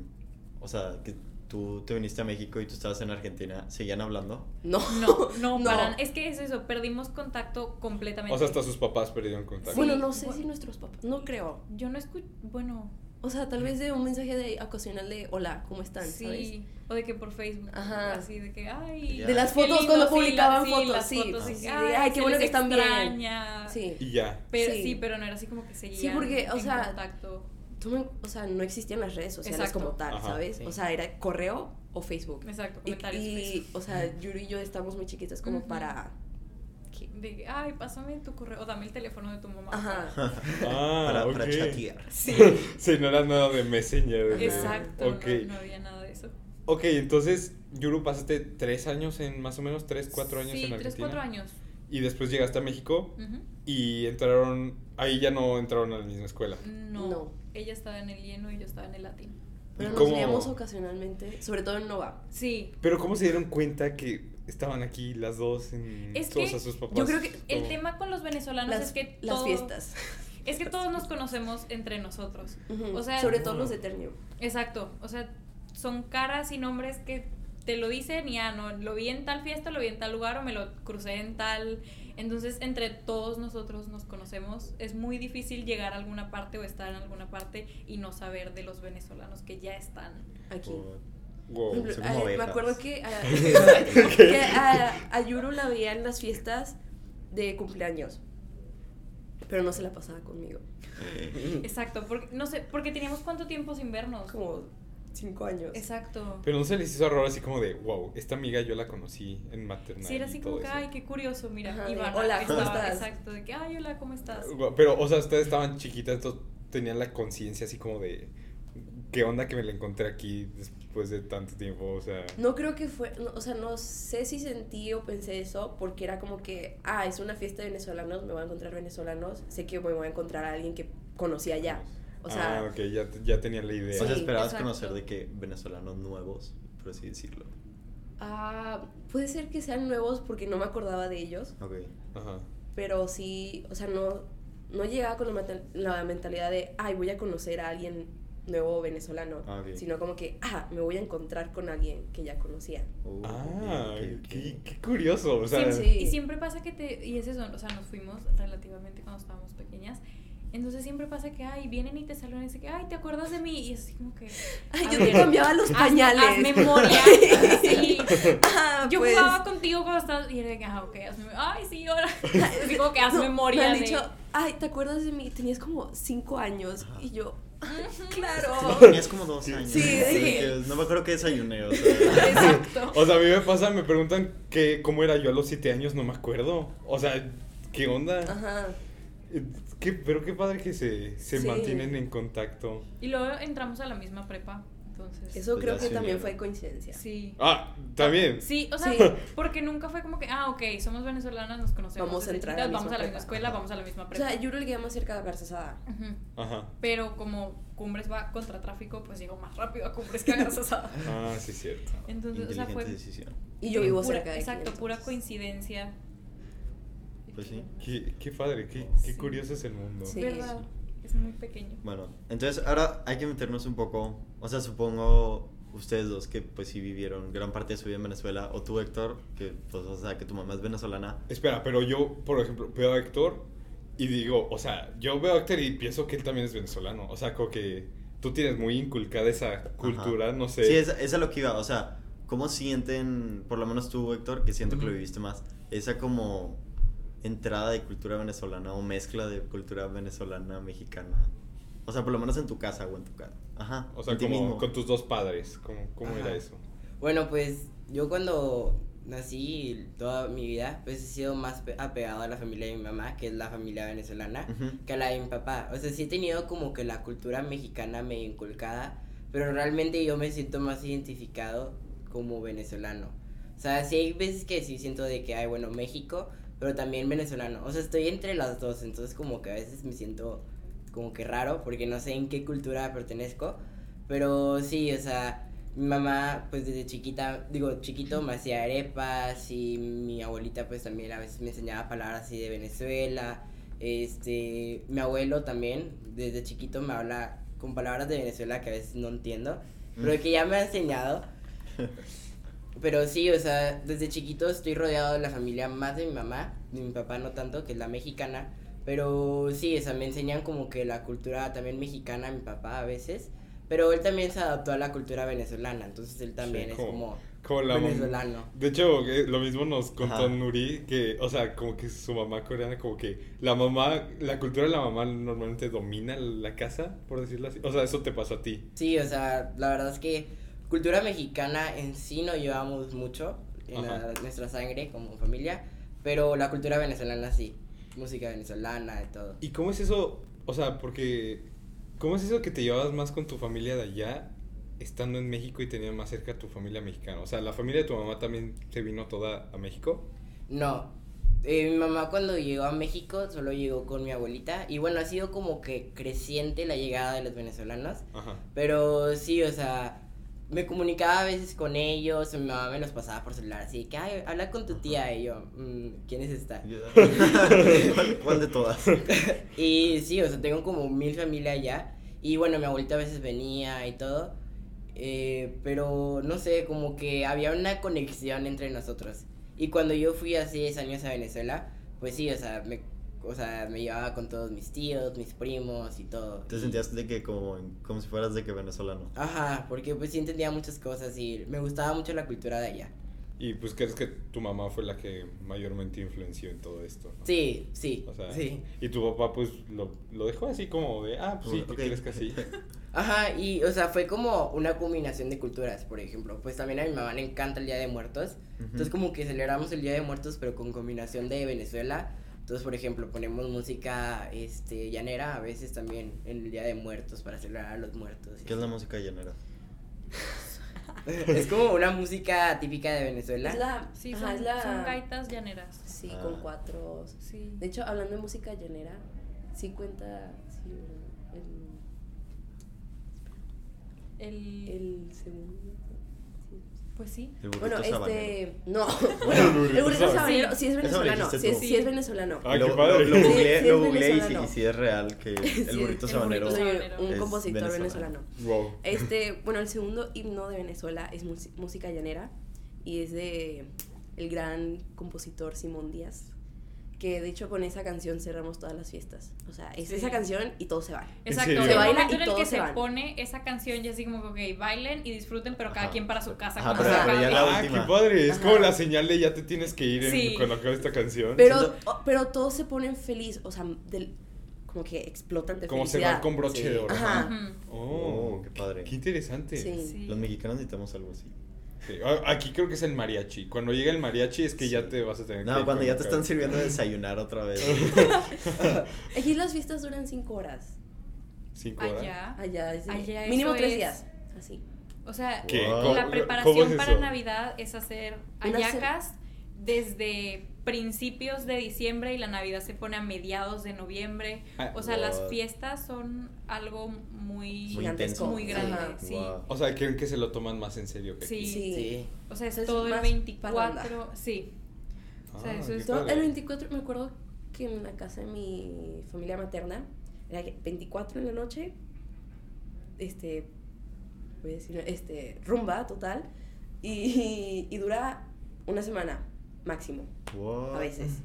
Speaker 2: O sea, que tú te viniste a México y tú estabas en Argentina, ¿seguían hablando?
Speaker 5: No.
Speaker 3: No, no,
Speaker 5: No.
Speaker 3: para- Es que es eso, perdimos contacto completamente.
Speaker 1: o sea, hasta sus papás perdieron contacto.
Speaker 5: [LAUGHS] Bueno,
Speaker 3: Sí.
Speaker 5: no sé si nuestros papás. No creo.
Speaker 3: Yo no escucho. Bueno,
Speaker 5: O sea, tal vez de un mensaje de ocasional de hola, ¿cómo están? ¿sabes?
Speaker 3: sí. O de que por Facebook.
Speaker 5: Ajá.
Speaker 3: Así de que, ay.
Speaker 2: Ya.
Speaker 5: De las
Speaker 3: qué
Speaker 5: fotos
Speaker 3: lindo,
Speaker 5: cuando
Speaker 3: sí,
Speaker 5: publicaban
Speaker 3: la-
Speaker 5: fotos,
Speaker 3: las
Speaker 5: sí.
Speaker 3: fotos,
Speaker 5: Sí,
Speaker 3: y,
Speaker 5: de,
Speaker 3: ay,
Speaker 5: ay,
Speaker 3: se
Speaker 5: qué
Speaker 3: les
Speaker 5: bueno que están bien.
Speaker 3: extraña.
Speaker 5: Sí.
Speaker 1: Y ya.
Speaker 3: Pero,
Speaker 5: Sí.
Speaker 3: sí. pero no era así como que seguían
Speaker 5: porque, o
Speaker 3: en
Speaker 5: sea,
Speaker 3: contacto.
Speaker 5: Tú no- o sea, no existían las redes sociales
Speaker 3: Exacto.
Speaker 5: como tal,
Speaker 1: Ajá.
Speaker 5: ¿sabes?
Speaker 4: Sí.
Speaker 5: O sea, era correo o Facebook.
Speaker 3: Exacto,
Speaker 5: Y,
Speaker 3: comentarios.
Speaker 5: y,
Speaker 3: Facebook.
Speaker 5: o sea, Yuri y yo estamos muy chiquitas como
Speaker 3: Ujú.
Speaker 5: para... que-
Speaker 3: De que, ay, pásame tu correo, o dame el teléfono de tu mamá.
Speaker 5: Ajá.
Speaker 1: Ah,
Speaker 2: para, para
Speaker 1: ok.
Speaker 2: chatear.
Speaker 3: Sí,
Speaker 1: Sí, no era nada de Messenger. de-
Speaker 3: exacto.
Speaker 1: Este, Ok.
Speaker 3: No, no había nada de eso.
Speaker 1: Ok, entonces, Yuru, pasaste tres años en, más o menos, tres, cuatro años
Speaker 3: sí,
Speaker 1: en Argentina.
Speaker 3: tres, cuatro años. Mm.
Speaker 1: Y después llegaste a México
Speaker 3: Ujú.
Speaker 1: y entraron, ahí ya no entraron a la misma escuela.
Speaker 3: no,
Speaker 5: No.
Speaker 3: ella estaba en el lleno y yo estaba en el latino.
Speaker 5: Pero nos
Speaker 1: ¿Cómo?
Speaker 5: veíamos ocasionalmente, sobre todo en Nova.
Speaker 3: Sí,
Speaker 1: Pero ¿cómo se dieron cuenta que estaban aquí las dos en
Speaker 3: es
Speaker 1: o
Speaker 3: que
Speaker 1: sea, Mm, sus papás?
Speaker 3: yo creo que el
Speaker 1: ¿cómo?
Speaker 3: tema con los venezolanos
Speaker 5: Las,
Speaker 3: es que
Speaker 5: las
Speaker 3: todo-
Speaker 5: fiestas.
Speaker 3: es que todos nos conocemos entre nosotros.
Speaker 5: Ujú.
Speaker 3: O sea,
Speaker 5: sobre todo los de Ternium.
Speaker 3: Exacto, o sea, son caras y nombres que te lo dicen y ah, no, lo vi en tal fiesta, lo vi en tal lugar o me lo crucé en tal. Entonces, entre todos nosotros nos conocemos. Es muy difícil llegar a alguna parte o estar en alguna parte y no saber de los venezolanos que ya están.
Speaker 5: Aquí.
Speaker 2: Oh,
Speaker 1: Wow.
Speaker 5: Por ejemplo,
Speaker 2: son como
Speaker 5: a- me
Speaker 2: ovejas.
Speaker 5: acuerdo que, a,
Speaker 2: [LAUGHS]
Speaker 5: que a, a Yuru la veía en las fiestas de cumpleaños, pero no se la pasaba conmigo.
Speaker 3: Exacto, porque no sé, porque teníamos cuánto tiempo sin vernos.
Speaker 5: Como cinco años.
Speaker 3: Exacto.
Speaker 1: Pero no se les hizo raro así como de, wow, esta amiga yo la conocí en maternal.
Speaker 3: Sí, era
Speaker 1: y
Speaker 3: así
Speaker 1: todo
Speaker 3: como que,
Speaker 1: eso".
Speaker 3: ay, qué curioso, mira,
Speaker 5: Ajá, de,
Speaker 3: Ivana
Speaker 5: "Hola, ¿cómo
Speaker 3: estaba-
Speaker 5: estás?"
Speaker 3: Exacto, de que, ay, hola, ¿cómo estás?
Speaker 1: Guau, Pero, o sea, ustedes estaban chiquitas, entonces tenían la conciencia así como de, ¿qué onda que me la encontré aquí después de tanto tiempo? O sea,
Speaker 3: Mm,
Speaker 5: No creo que fue, no, o sea, no sé si sentí o pensé eso, porque era como que, ah, es una fiesta de venezolanos, me voy a encontrar venezolanos, sé que me voy a encontrar a alguien que conocía allá. O sea,
Speaker 1: ah, ok, ya, ya tenía la idea.
Speaker 2: O sea,
Speaker 5: Sí,
Speaker 2: esperabas
Speaker 3: exacto.
Speaker 2: conocer de que venezolanos nuevos, por así decirlo.
Speaker 5: ah, puede ser que sean nuevos porque no me acordaba de ellos,
Speaker 2: Ok.
Speaker 1: Ajá.
Speaker 5: pero sí, o sea, no, no llegaba con la, menta- la mentalidad de, ay, voy a conocer a alguien nuevo venezolano,
Speaker 2: Ah, ok.
Speaker 5: sino como que, ah, me voy a encontrar con alguien que ya conocía.
Speaker 2: Oh,
Speaker 1: Ah,
Speaker 2: ok, ok, ok.
Speaker 1: Qué, qué curioso. O sea,
Speaker 5: Sí, sí.
Speaker 3: Y siempre pasa que te. Y es eso, o sea, nos fuimos relativamente cuando estábamos pequeñas. Entonces siempre pasa que, ay, vienen y te saludan y dicen que, ay, ¿te acuerdas de mí? Y es así como que.
Speaker 5: [LAUGHS] Ay,
Speaker 3: a
Speaker 5: yo
Speaker 3: ver,
Speaker 5: te cambiaba los
Speaker 3: haz-
Speaker 5: [LAUGHS] pañales.
Speaker 3: Haz
Speaker 5: [LAUGHS]
Speaker 3: memoria. Sí.
Speaker 5: Ah,
Speaker 3: Yo
Speaker 5: pues.
Speaker 3: jugaba contigo cuando estabas. Y era de que, ajá, ok, haz memoria. Ay, sí, ahora. [LAUGHS] Digo que haz
Speaker 5: No,
Speaker 3: memoria.
Speaker 5: Me han
Speaker 3: de-
Speaker 5: dicho, ay, ¿te acuerdas de mí? Tenías como cinco años.
Speaker 2: Ajá.
Speaker 5: Y yo,
Speaker 2: [LAUGHS]
Speaker 3: Ujú.
Speaker 2: No,
Speaker 5: claro.
Speaker 2: tenías como dos años.
Speaker 5: Sí, de
Speaker 2: así
Speaker 5: que-
Speaker 2: que No me acuerdo que desayuné, o
Speaker 5: [LAUGHS]
Speaker 2: sea.
Speaker 3: Exacto.
Speaker 1: O sea, a mí me pasa, me preguntan que cómo era yo a los siete años, no me acuerdo. O sea, ¿qué onda?
Speaker 5: Ajá.
Speaker 1: Eh, qué- pero qué padre que se, se
Speaker 5: Sí.
Speaker 1: mantienen en contacto.
Speaker 3: [LAUGHS] Y luego entramos a la misma prepa. Entonces.
Speaker 5: Eso
Speaker 2: Pues
Speaker 5: creo
Speaker 2: ya
Speaker 5: que
Speaker 2: se
Speaker 5: también
Speaker 2: unieron.
Speaker 5: fue coincidencia.
Speaker 3: Sí.
Speaker 1: Ah, también.
Speaker 3: Sí, o sea,
Speaker 5: Sí.
Speaker 3: [LAUGHS] porque nunca fue como que, ah, ok, somos venezolanas, nos conocemos.
Speaker 5: Vamos a
Speaker 3: desde
Speaker 5: entrar a
Speaker 3: chicas,
Speaker 5: la
Speaker 3: vamos
Speaker 5: misma
Speaker 3: a la misma
Speaker 5: prepa.
Speaker 3: escuela, vamos a la misma
Speaker 5: O
Speaker 3: prepa.
Speaker 5: sea, yo creo que quedé más cerca de la Garzasada.
Speaker 3: Ujú.
Speaker 1: Ajá.
Speaker 3: Pero como Cumbres va contra tráfico, pues llego más rápido a Cumbres que
Speaker 2: [LAUGHS]
Speaker 3: a Garzasada.
Speaker 1: Ah, sí,
Speaker 3: [LAUGHS]
Speaker 1: cierto.
Speaker 3: Entonces, o sea,
Speaker 2: Inteligente
Speaker 3: fue
Speaker 2: decisión.
Speaker 5: Y yo vivo
Speaker 3: pura,
Speaker 5: cerca de aquí,
Speaker 3: Exacto, pura
Speaker 5: entonces.
Speaker 3: coincidencia.
Speaker 2: Pues sí.
Speaker 1: Qué, qué padre, qué, qué
Speaker 3: Sí.
Speaker 1: curioso es el mundo.
Speaker 5: Sí.
Speaker 3: ¿Verdad? Es muy pequeño.
Speaker 2: Bueno, entonces ahora hay que meternos un poco. O sea, supongo ustedes dos que pues sí vivieron gran parte de su vida en Venezuela. O tú, Héctor, que pues o sea, que tu mamá es venezolana.
Speaker 1: Espera, pero yo, por ejemplo, veo a Héctor y digo, o sea, yo veo a Héctor y pienso que él también es venezolano. O sea, como que tú tienes muy inculcada esa cultura,
Speaker 2: Ajá.
Speaker 1: no sé.
Speaker 2: Sí, es, es a lo que iba. O sea, ¿cómo sienten, por lo menos tú, Héctor, que siento que lo
Speaker 1: Ujú.
Speaker 2: viviste más, esa como entrada de cultura venezolana o mezcla de cultura venezolana mexicana? O sea, por lo menos en tu casa o en tu casa. Ajá.
Speaker 1: O sea,
Speaker 2: en ti
Speaker 1: como
Speaker 2: mismo.
Speaker 1: con tus dos padres, ¿cómo, cómo
Speaker 4: Ajá.
Speaker 1: era eso?
Speaker 4: Bueno, pues yo cuando nací toda mi vida, pues he sido más pe- apegado a la familia de mi mamá, que es la familia venezolana,
Speaker 1: [LAUGHS]
Speaker 2: Ujú. [LAUGHS]
Speaker 4: que a la de mi papá. O sea, sí he tenido como que la cultura mexicana medio inculcada, pero realmente yo me siento más identificado como venezolano. O sea, sí hay veces que sí siento de que, ay, bueno, México, pero también venezolano. O sea, estoy entre las dos, entonces como que a veces me siento como que raro porque no sé en qué cultura pertenezco. Pero sí, o sea, mi mamá pues desde chiquita, digo chiquito me hacía arepas y mi abuelita pues también a veces me enseñaba palabras así de Venezuela. Este, mi abuelo también desde chiquito me habla con palabras de Venezuela que a veces no entiendo,
Speaker 1: Mm.
Speaker 4: pero que ya me
Speaker 1: [LAUGHS]
Speaker 4: ha enseñado. Pero sí, o sea, desde chiquito estoy rodeado de la familia más de mi mamá, de mi papá no tanto, que es la mexicana. Pero sí, o sea, me enseñan como que la cultura también mexicana, mi papá a veces. Pero él también se adaptó a la cultura venezolana, entonces él también
Speaker 1: Sí,
Speaker 4: es
Speaker 1: como-
Speaker 4: como
Speaker 1: Como la
Speaker 4: venezolano.
Speaker 1: De hecho, eh, lo mismo nos contó
Speaker 2: Ajá.
Speaker 1: Nuri, que, o sea, como que su mamá coreana, como que la mamá, la cultura de la mamá normalmente domina la casa, por decirlo así. O sea, eso te pasó a ti.
Speaker 4: Sí, o sea, la verdad es que cultura mexicana en sí no llevamos mucho en la-
Speaker 1: Ajá.
Speaker 4: nuestra sangre como familia, pero la cultura venezolana sí, música venezolana y todo.
Speaker 1: ¿Y cómo es eso? O sea, porque, ¿cómo es eso que te llevabas más con tu familia de allá, estando en México y tenías más cerca a tu familia mexicana? O sea, ¿la familia de tu mamá también se vino toda a México?
Speaker 4: No. Eh, mi mamá cuando llegó a México solo llegó con mi abuelita y bueno, ha sido como que creciente la llegada de los venezolanos,
Speaker 1: Ajá.
Speaker 4: pero sí, o sea, me comunicaba a veces con ellos, mi mamá me los pasaba por celular, así que, ay, habla con tu tía y yo, "Mm, ¿quién es esta?
Speaker 2: ¿Cuál- ¿Cuál de todas?
Speaker 4: Y sí, o sea, tengo como mil familia allá. Y bueno, mi abuelita a veces venía y todo. eh, pero no sé, como que había una conexión entre nosotros. Y cuando yo fui hace 10 años a Venezuela, pues sí, o sea, me, o sea, me llevaba con todos mis tíos, mis primos y todo.
Speaker 2: Te sentías de que como, como si fueras de que venezolano.
Speaker 4: Ajá, porque pues sí entendía muchas cosas y me gustaba mucho la cultura de allá.
Speaker 1: Y pues crees que tu mamá fue la que mayormente influenció en todo esto, ¿no?
Speaker 4: Sí, sí,
Speaker 1: O sea,
Speaker 4: sí.
Speaker 1: y tu papá pues lo, lo dejó así como de, ah, pues sí,
Speaker 2: Ok.
Speaker 1: ¿qué quieres que así?
Speaker 4: Ajá, y o sea, fue como una combinación de culturas, por ejemplo. Pues también a mi mamá le encanta el Día de Muertos. Entonces como que celebramos el Día de Muertos, pero con combinación de Venezuela. Entonces, por ejemplo, ponemos música este, llanera a veces también en el Día de Muertos para celebrar a los muertos. y
Speaker 2: ¿Qué es la
Speaker 4: así.
Speaker 2: música llanera?
Speaker 4: [LAUGHS] es como una música típica de Venezuela.
Speaker 5: Es la.
Speaker 3: Sí,
Speaker 5: ajá,
Speaker 3: son,
Speaker 5: es la-
Speaker 3: son gaitas llaneras.
Speaker 5: Sí,
Speaker 2: Ah.
Speaker 5: con cuatro.
Speaker 3: Sí.
Speaker 5: De hecho, hablando de música llanera, sí cuenta. Sí, el-
Speaker 3: El,
Speaker 5: El segundo. sí.
Speaker 3: Pues sí.
Speaker 2: El burrito
Speaker 5: Bueno,
Speaker 2: sabanero.
Speaker 5: este.
Speaker 2: [LAUGHS]
Speaker 5: No. Bueno, el burrito
Speaker 1: sabanero.
Speaker 5: sabanero sí es
Speaker 2: Eso me
Speaker 5: venezolano.
Speaker 2: dijiste
Speaker 5: Sí, es-
Speaker 2: tú.
Speaker 5: sí es venezolano.
Speaker 1: Ah,
Speaker 2: lo,
Speaker 1: qué padre.
Speaker 2: Lo, lo
Speaker 5: Sí,
Speaker 2: googleé,
Speaker 5: sí
Speaker 2: lo
Speaker 5: es
Speaker 2: googleé y si- y,
Speaker 5: venezolano.
Speaker 2: si es real
Speaker 5: [LAUGHS]
Speaker 2: que el
Speaker 5: Sí,
Speaker 2: burrito
Speaker 3: el
Speaker 2: sabanero.
Speaker 3: burrito
Speaker 5: Soy
Speaker 3: sabanero.
Speaker 5: un
Speaker 2: es
Speaker 5: compositor
Speaker 2: venezolano.
Speaker 5: venezolano.
Speaker 1: Wow.
Speaker 5: Este, bueno, el segundo himno de Venezuela es mus- música llanera y es de el gran compositor Simón Díaz, que de hecho con esa canción cerramos todas las fiestas. O sea, es
Speaker 3: Sí.
Speaker 5: esa canción y todo se va.
Speaker 3: Exacto,
Speaker 1: serio?
Speaker 3: el
Speaker 1: Se
Speaker 5: baila
Speaker 3: momento
Speaker 5: y
Speaker 3: en el
Speaker 5: todos
Speaker 3: que
Speaker 5: se
Speaker 3: se
Speaker 5: van.
Speaker 3: pone esa canción ya así como que ok, bailen y disfruten, pero cada
Speaker 2: Ajá.
Speaker 3: quien para su casa.
Speaker 2: Ajá,
Speaker 3: cuando
Speaker 5: pero-
Speaker 3: se
Speaker 5: pero
Speaker 1: Ah,
Speaker 5: ya
Speaker 3: acabe.
Speaker 2: la última.
Speaker 1: qué padre. Es
Speaker 5: Ajá.
Speaker 1: como la señal de ya te tienes que ir en-
Speaker 3: Sí.
Speaker 1: cuando acabe esta canción.
Speaker 5: Pero
Speaker 2: Siento-
Speaker 5: oh, pero todos se ponen feliz, o sea, del- como que explotan de
Speaker 1: Como se
Speaker 5: felicidad.
Speaker 1: van con broche
Speaker 2: Sí.
Speaker 1: de oro.
Speaker 5: Ajá.
Speaker 3: Ujú.
Speaker 1: Oh,
Speaker 2: Oh, qué padre.
Speaker 1: Qué interesante.
Speaker 5: Sí.
Speaker 3: Sí.
Speaker 2: Los mexicanos necesitamos algo así.
Speaker 1: Sí, a- Aquí creo que es el mariachi. Cuando llega el mariachi es que ya te vas a tener que
Speaker 2: No,
Speaker 1: ir
Speaker 2: cuando
Speaker 1: con
Speaker 2: ya
Speaker 1: la
Speaker 2: te
Speaker 1: cara.
Speaker 2: están sirviendo de desayunar otra vez.
Speaker 5: Aquí las fiestas duran cinco horas.
Speaker 1: Cinco horas.
Speaker 3: Allá.
Speaker 5: Allá es de-
Speaker 3: Allá eso
Speaker 5: mínimo tres
Speaker 3: es-
Speaker 5: días. Así.
Speaker 3: O sea,
Speaker 1: ¿Qué?
Speaker 2: Wow.
Speaker 1: ¿Cómo-
Speaker 3: la
Speaker 1: cómo es
Speaker 3: preparación para
Speaker 1: eso?
Speaker 3: Navidad es hacer
Speaker 5: Una cer-
Speaker 3: ayacas desde principios de diciembre y la Navidad se pone a mediados de noviembre.
Speaker 1: Ah,
Speaker 3: O sea, las
Speaker 2: wow.
Speaker 3: fiestas son algo muy...
Speaker 2: Muy intenso.
Speaker 3: Muy grande, sí.
Speaker 2: Wow.
Speaker 1: O sea, creen que se lo toman más en serio. que aquí.
Speaker 3: Sí.
Speaker 5: Sí.
Speaker 4: Sí.
Speaker 3: O sea, es
Speaker 5: Es
Speaker 3: todo el
Speaker 5: más
Speaker 3: 24.
Speaker 5: parranda.
Speaker 3: Sí. O sea,
Speaker 1: Ah,
Speaker 3: eso
Speaker 1: qué
Speaker 3: es-
Speaker 5: Yo,
Speaker 1: padre.
Speaker 5: el 24, me acuerdo que en la casa de mi familia materna, era que 24 en la noche, este, voy a decir, este, rumba total, y, y dura una semana máximo,
Speaker 2: Wow.
Speaker 5: a veces.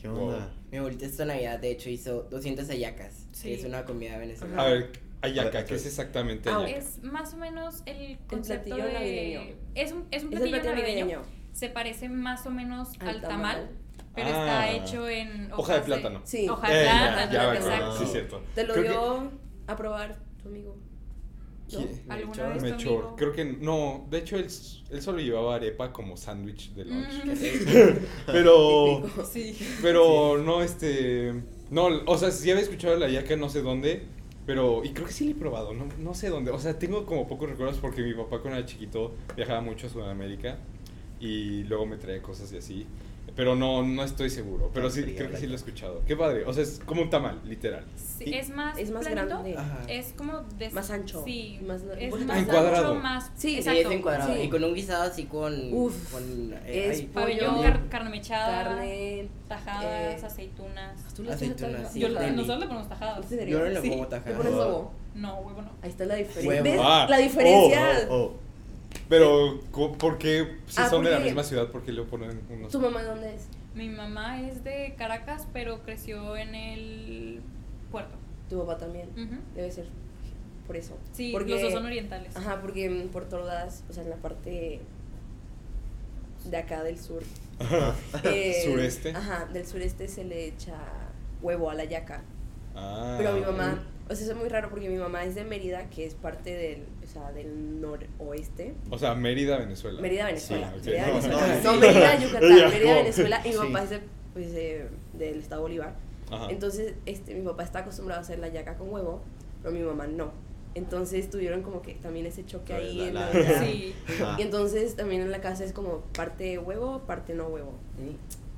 Speaker 2: ¿Qué onda?
Speaker 4: Mi abuelita esta Navidad, de hecho, hizo 200 ayacas,
Speaker 3: Sí.
Speaker 4: que es una comida
Speaker 1: A
Speaker 4: venezolana.
Speaker 1: ver,
Speaker 2: A ver,
Speaker 1: ayaca,
Speaker 2: ok.
Speaker 1: ¿qué es exactamente
Speaker 5: Ah,
Speaker 1: ayaca?
Speaker 3: Es más o menos el concepto
Speaker 5: platillo
Speaker 3: de...
Speaker 5: navideño.
Speaker 3: Es un, es un
Speaker 5: Es
Speaker 3: platillo
Speaker 5: el platillo
Speaker 3: navideño.
Speaker 5: navideño.
Speaker 3: Se parece más o menos al,
Speaker 5: Al
Speaker 3: tamal,
Speaker 5: tamal.
Speaker 3: pero
Speaker 1: Ah.
Speaker 3: está hecho en...
Speaker 1: Hoja de
Speaker 3: hojas
Speaker 1: plátano.
Speaker 5: Sí.
Speaker 3: Hoja de
Speaker 1: Eh, ya,
Speaker 3: plátano,
Speaker 1: ya me
Speaker 3: exacto.
Speaker 1: acuerdo, sí, cierto.
Speaker 5: Te lo
Speaker 1: Creo que-
Speaker 5: dio a probar tu amigo. ¿no?
Speaker 1: ¿Qui-
Speaker 3: ¿Alguna vez Ah, tu
Speaker 1: Ah, Melchor,
Speaker 3: amigo?
Speaker 1: creo que no, de hecho él, s- él solo llevaba arepa como sándwich de lunch.
Speaker 3: Mm. [LAUGHS]
Speaker 1: Pero,
Speaker 3: Sí.
Speaker 1: pero no, este, no, o sea, sí había escuchado la yaca no sé dónde, pero, y creo que sí la he probado, no, no sé dónde, o sea, tengo como pocos recuerdos porque mi papá cuando era chiquito viajaba mucho a Sudamérica y luego me traía cosas y así, pero no, no estoy seguro, pero
Speaker 2: Tan
Speaker 1: sí,
Speaker 2: fría
Speaker 1: creo que
Speaker 2: la
Speaker 1: sí lo he
Speaker 2: yaca.
Speaker 1: escuchado. Qué padre, o sea, es como un tamal, literal.
Speaker 3: Sí,
Speaker 1: Y-
Speaker 3: es más
Speaker 5: Es más
Speaker 3: planito,
Speaker 5: grande.
Speaker 4: Ajá.
Speaker 3: Es como de-
Speaker 5: Más ancho.
Speaker 3: Sí,
Speaker 5: Más-
Speaker 3: es
Speaker 5: Ah,
Speaker 3: más
Speaker 1: encuadrado.
Speaker 3: ancho, más
Speaker 5: Sí,
Speaker 4: Sí,
Speaker 3: exacto.
Speaker 4: es en cuadrado.
Speaker 5: sí.
Speaker 4: Y con un guisado así con.
Speaker 5: Uf,
Speaker 4: con, eh,
Speaker 5: es
Speaker 4: ay,
Speaker 3: Pabellón,
Speaker 5: Pollo,
Speaker 3: car- carne mechada,
Speaker 5: Ah. Carne,
Speaker 3: tajadas,
Speaker 5: eh,
Speaker 3: aceitunas.
Speaker 5: ¿Tú le haces
Speaker 4: Aceitunas,
Speaker 5: tajadas?
Speaker 4: sí,
Speaker 3: Yo-
Speaker 4: deli.
Speaker 3: nosotros le ponemos tajadas.
Speaker 5: ¿En serio?
Speaker 4: Yo no le
Speaker 5: Sí.
Speaker 4: como
Speaker 5: ¿Le
Speaker 4: tajada.
Speaker 5: pones huevo?
Speaker 3: No, huevo no.
Speaker 5: Ahí está la diferencia.
Speaker 4: Huevo.
Speaker 5: ¿Ves?
Speaker 1: Ah,
Speaker 5: la diferencia.
Speaker 2: Oh, oh.
Speaker 1: Pero, co- ¿por qué? Si
Speaker 5: Ah,
Speaker 1: son de la
Speaker 5: porque-
Speaker 1: misma ciudad, ¿por qué le ponen unos...?
Speaker 5: ¿Tu mamá dónde es?
Speaker 3: Mi mamá es de Caracas, pero creció en el puerto.
Speaker 5: Tu papá también.
Speaker 3: Ujú.
Speaker 5: Debe ser por eso.
Speaker 3: Mm. Sí,
Speaker 5: porque,
Speaker 3: los dos son orientales.
Speaker 5: Ajá, porque en Puerto Ordaz, o sea, en la parte de acá del sur. eh,
Speaker 1: Sureste.
Speaker 5: Ajá, del sureste se le echa huevo a la yaca.
Speaker 1: [LAUGHS] Ah.
Speaker 5: Pero mi mamá, o sea, eso es muy raro porque mi mamá es de Mérida, que es parte del, o sea, del noroeste.
Speaker 1: O sea, Mérida, Venezuela.
Speaker 5: Mérida, Venezuela.
Speaker 1: Sí, ok. [LAUGHS]
Speaker 5: Mérida,
Speaker 2: No,
Speaker 5: Venezuela.
Speaker 2: no,
Speaker 5: No,
Speaker 2: sí.
Speaker 5: Mérida, Yucatán.
Speaker 1: Ella,
Speaker 5: Mérida,
Speaker 1: no.
Speaker 5: Venezuela. Y mi
Speaker 2: Sí.
Speaker 5: papá es de, pues, de- del estado Bolívar.
Speaker 1: Ajá.
Speaker 5: Entonces, este, mi papá está acostumbrado a hacer la yaca con huevo, pero mi mamá no. Entonces tuvieron como que también ese choque
Speaker 2: La-
Speaker 5: ahí.
Speaker 2: la-
Speaker 5: en
Speaker 2: la-
Speaker 5: la vida.
Speaker 3: Sí.
Speaker 2: Ah,
Speaker 5: Y entonces también en la casa es como parte huevo, parte no huevo.
Speaker 4: Mm,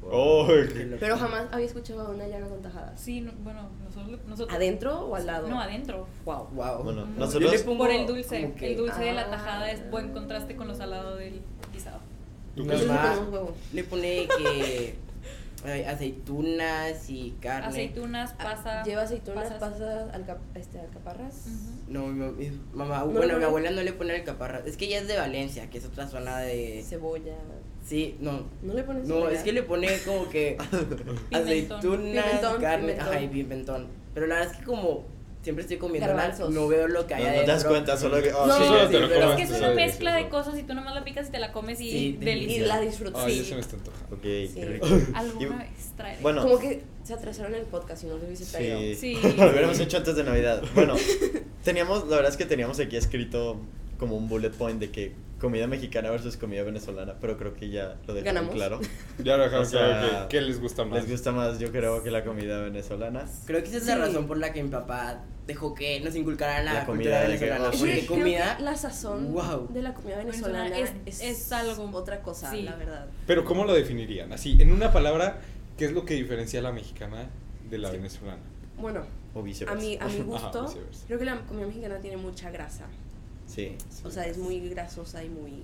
Speaker 2: wow.
Speaker 1: Oh,
Speaker 4: qué
Speaker 1: qué-
Speaker 4: loco.
Speaker 5: Pero jamás había escuchado una yaca con tajadas.
Speaker 3: Sí, no- bueno, nosotros, nosotros
Speaker 5: ¿Adentro o al lado?
Speaker 3: No, adentro.
Speaker 5: Wow.
Speaker 4: Wow.
Speaker 2: Bueno,
Speaker 3: Yo
Speaker 2: nosotros.
Speaker 4: le pongo-
Speaker 3: Por el dulce.
Speaker 4: como que-
Speaker 3: El dulce de la
Speaker 5: Ah.
Speaker 3: tajada es buen contraste con lo salado del guisado.
Speaker 1: ¿Tú
Speaker 4: Mi
Speaker 1: qué le
Speaker 4: mamá
Speaker 5: pones? Un huevo.
Speaker 4: le pone
Speaker 5: [LAUGHS]
Speaker 4: que. ay, aceitunas y carne.
Speaker 3: Aceitunas, pasa.
Speaker 5: Ah, Lleva aceitunas,
Speaker 3: pasas.
Speaker 5: pasas, alca- este, alcaparras.
Speaker 3: Ujú.
Speaker 4: No, mi mam- mi mamá,
Speaker 5: No,
Speaker 4: bueno,
Speaker 5: no,
Speaker 4: mi
Speaker 5: no.
Speaker 4: abuela no le pone alcaparra. Es que ella es de Valencia, que es otra zona de.
Speaker 5: Cebolla.
Speaker 4: Sí, no.
Speaker 5: ¿No le pones
Speaker 4: No,
Speaker 5: cebolla?
Speaker 4: es que le pone
Speaker 2: [LAUGHS]
Speaker 4: como que aceitunas,
Speaker 5: Pimentón,
Speaker 4: carne,
Speaker 5: pimentón.
Speaker 4: ajá, y pimentón. Pero la verdad es que como siempre estoy comiendo, nada,
Speaker 5: Garbanzos.
Speaker 4: no veo lo que hay
Speaker 2: No, no te
Speaker 4: adentro.
Speaker 2: das cuenta, solo que. oh,
Speaker 5: No,
Speaker 2: sí,
Speaker 5: solo
Speaker 2: sí,
Speaker 5: te lo
Speaker 2: pero-
Speaker 3: Es
Speaker 1: comes.
Speaker 3: que es
Speaker 1: Sí,
Speaker 3: una
Speaker 1: sí,
Speaker 3: mezcla
Speaker 1: sí,
Speaker 3: de
Speaker 1: sí.
Speaker 3: cosas y tú nomás la picas y te la comes y
Speaker 4: Sí,
Speaker 5: Y
Speaker 3: deliciosa.
Speaker 5: la disfrutas.
Speaker 1: Ay,
Speaker 3: Sí.
Speaker 1: ya se me está antojando.
Speaker 2: Ok, qué
Speaker 5: Sí.
Speaker 2: rico.
Speaker 3: Alguna
Speaker 2: Y-
Speaker 3: vez traeré.
Speaker 2: Bueno,
Speaker 5: Como que se atrasaron el podcast y no lo hubiese traído.
Speaker 2: Sí.
Speaker 3: Sí.
Speaker 2: [LAUGHS] Lo hubiéramos hecho antes de Navidad. Bueno, teníamos, la verdad es que teníamos aquí escrito como un bullet point de que comida mexicana versus comida venezolana, pero creo que ya lo dejaron
Speaker 5: Ganamos.
Speaker 2: claro.
Speaker 1: Ya lo dejaron
Speaker 2: O sea,
Speaker 1: claro que, ¿qué les gusta más.
Speaker 2: Les gusta más, yo creo que la comida venezolana.
Speaker 4: Creo que esa es la
Speaker 5: Sí.
Speaker 4: razón por la que mi papá dejó que nos inculcaran la,
Speaker 2: La comida
Speaker 4: comida
Speaker 2: de que,
Speaker 4: venezolana.
Speaker 2: oh,
Speaker 5: Es
Speaker 2: sí.
Speaker 4: Porque
Speaker 5: que creo
Speaker 4: comida.
Speaker 5: que la sazón
Speaker 4: Wow.
Speaker 5: de la comida venezolana es,
Speaker 3: Venezolana es- es algo-
Speaker 5: otra cosa,
Speaker 3: sí.
Speaker 5: la verdad.
Speaker 1: Pero, ¿cómo lo definirían? Así, en una palabra, ¿qué es lo que diferencia a la mexicana de la venezolana?
Speaker 5: Bueno,
Speaker 2: O viceversa.
Speaker 5: a mi, a mi
Speaker 1: Ajá,
Speaker 5: gusto,
Speaker 1: viceversa.
Speaker 5: creo que la comida mexicana tiene mucha grasa.
Speaker 2: Sí.
Speaker 5: O sea, es muy grasosa y muy...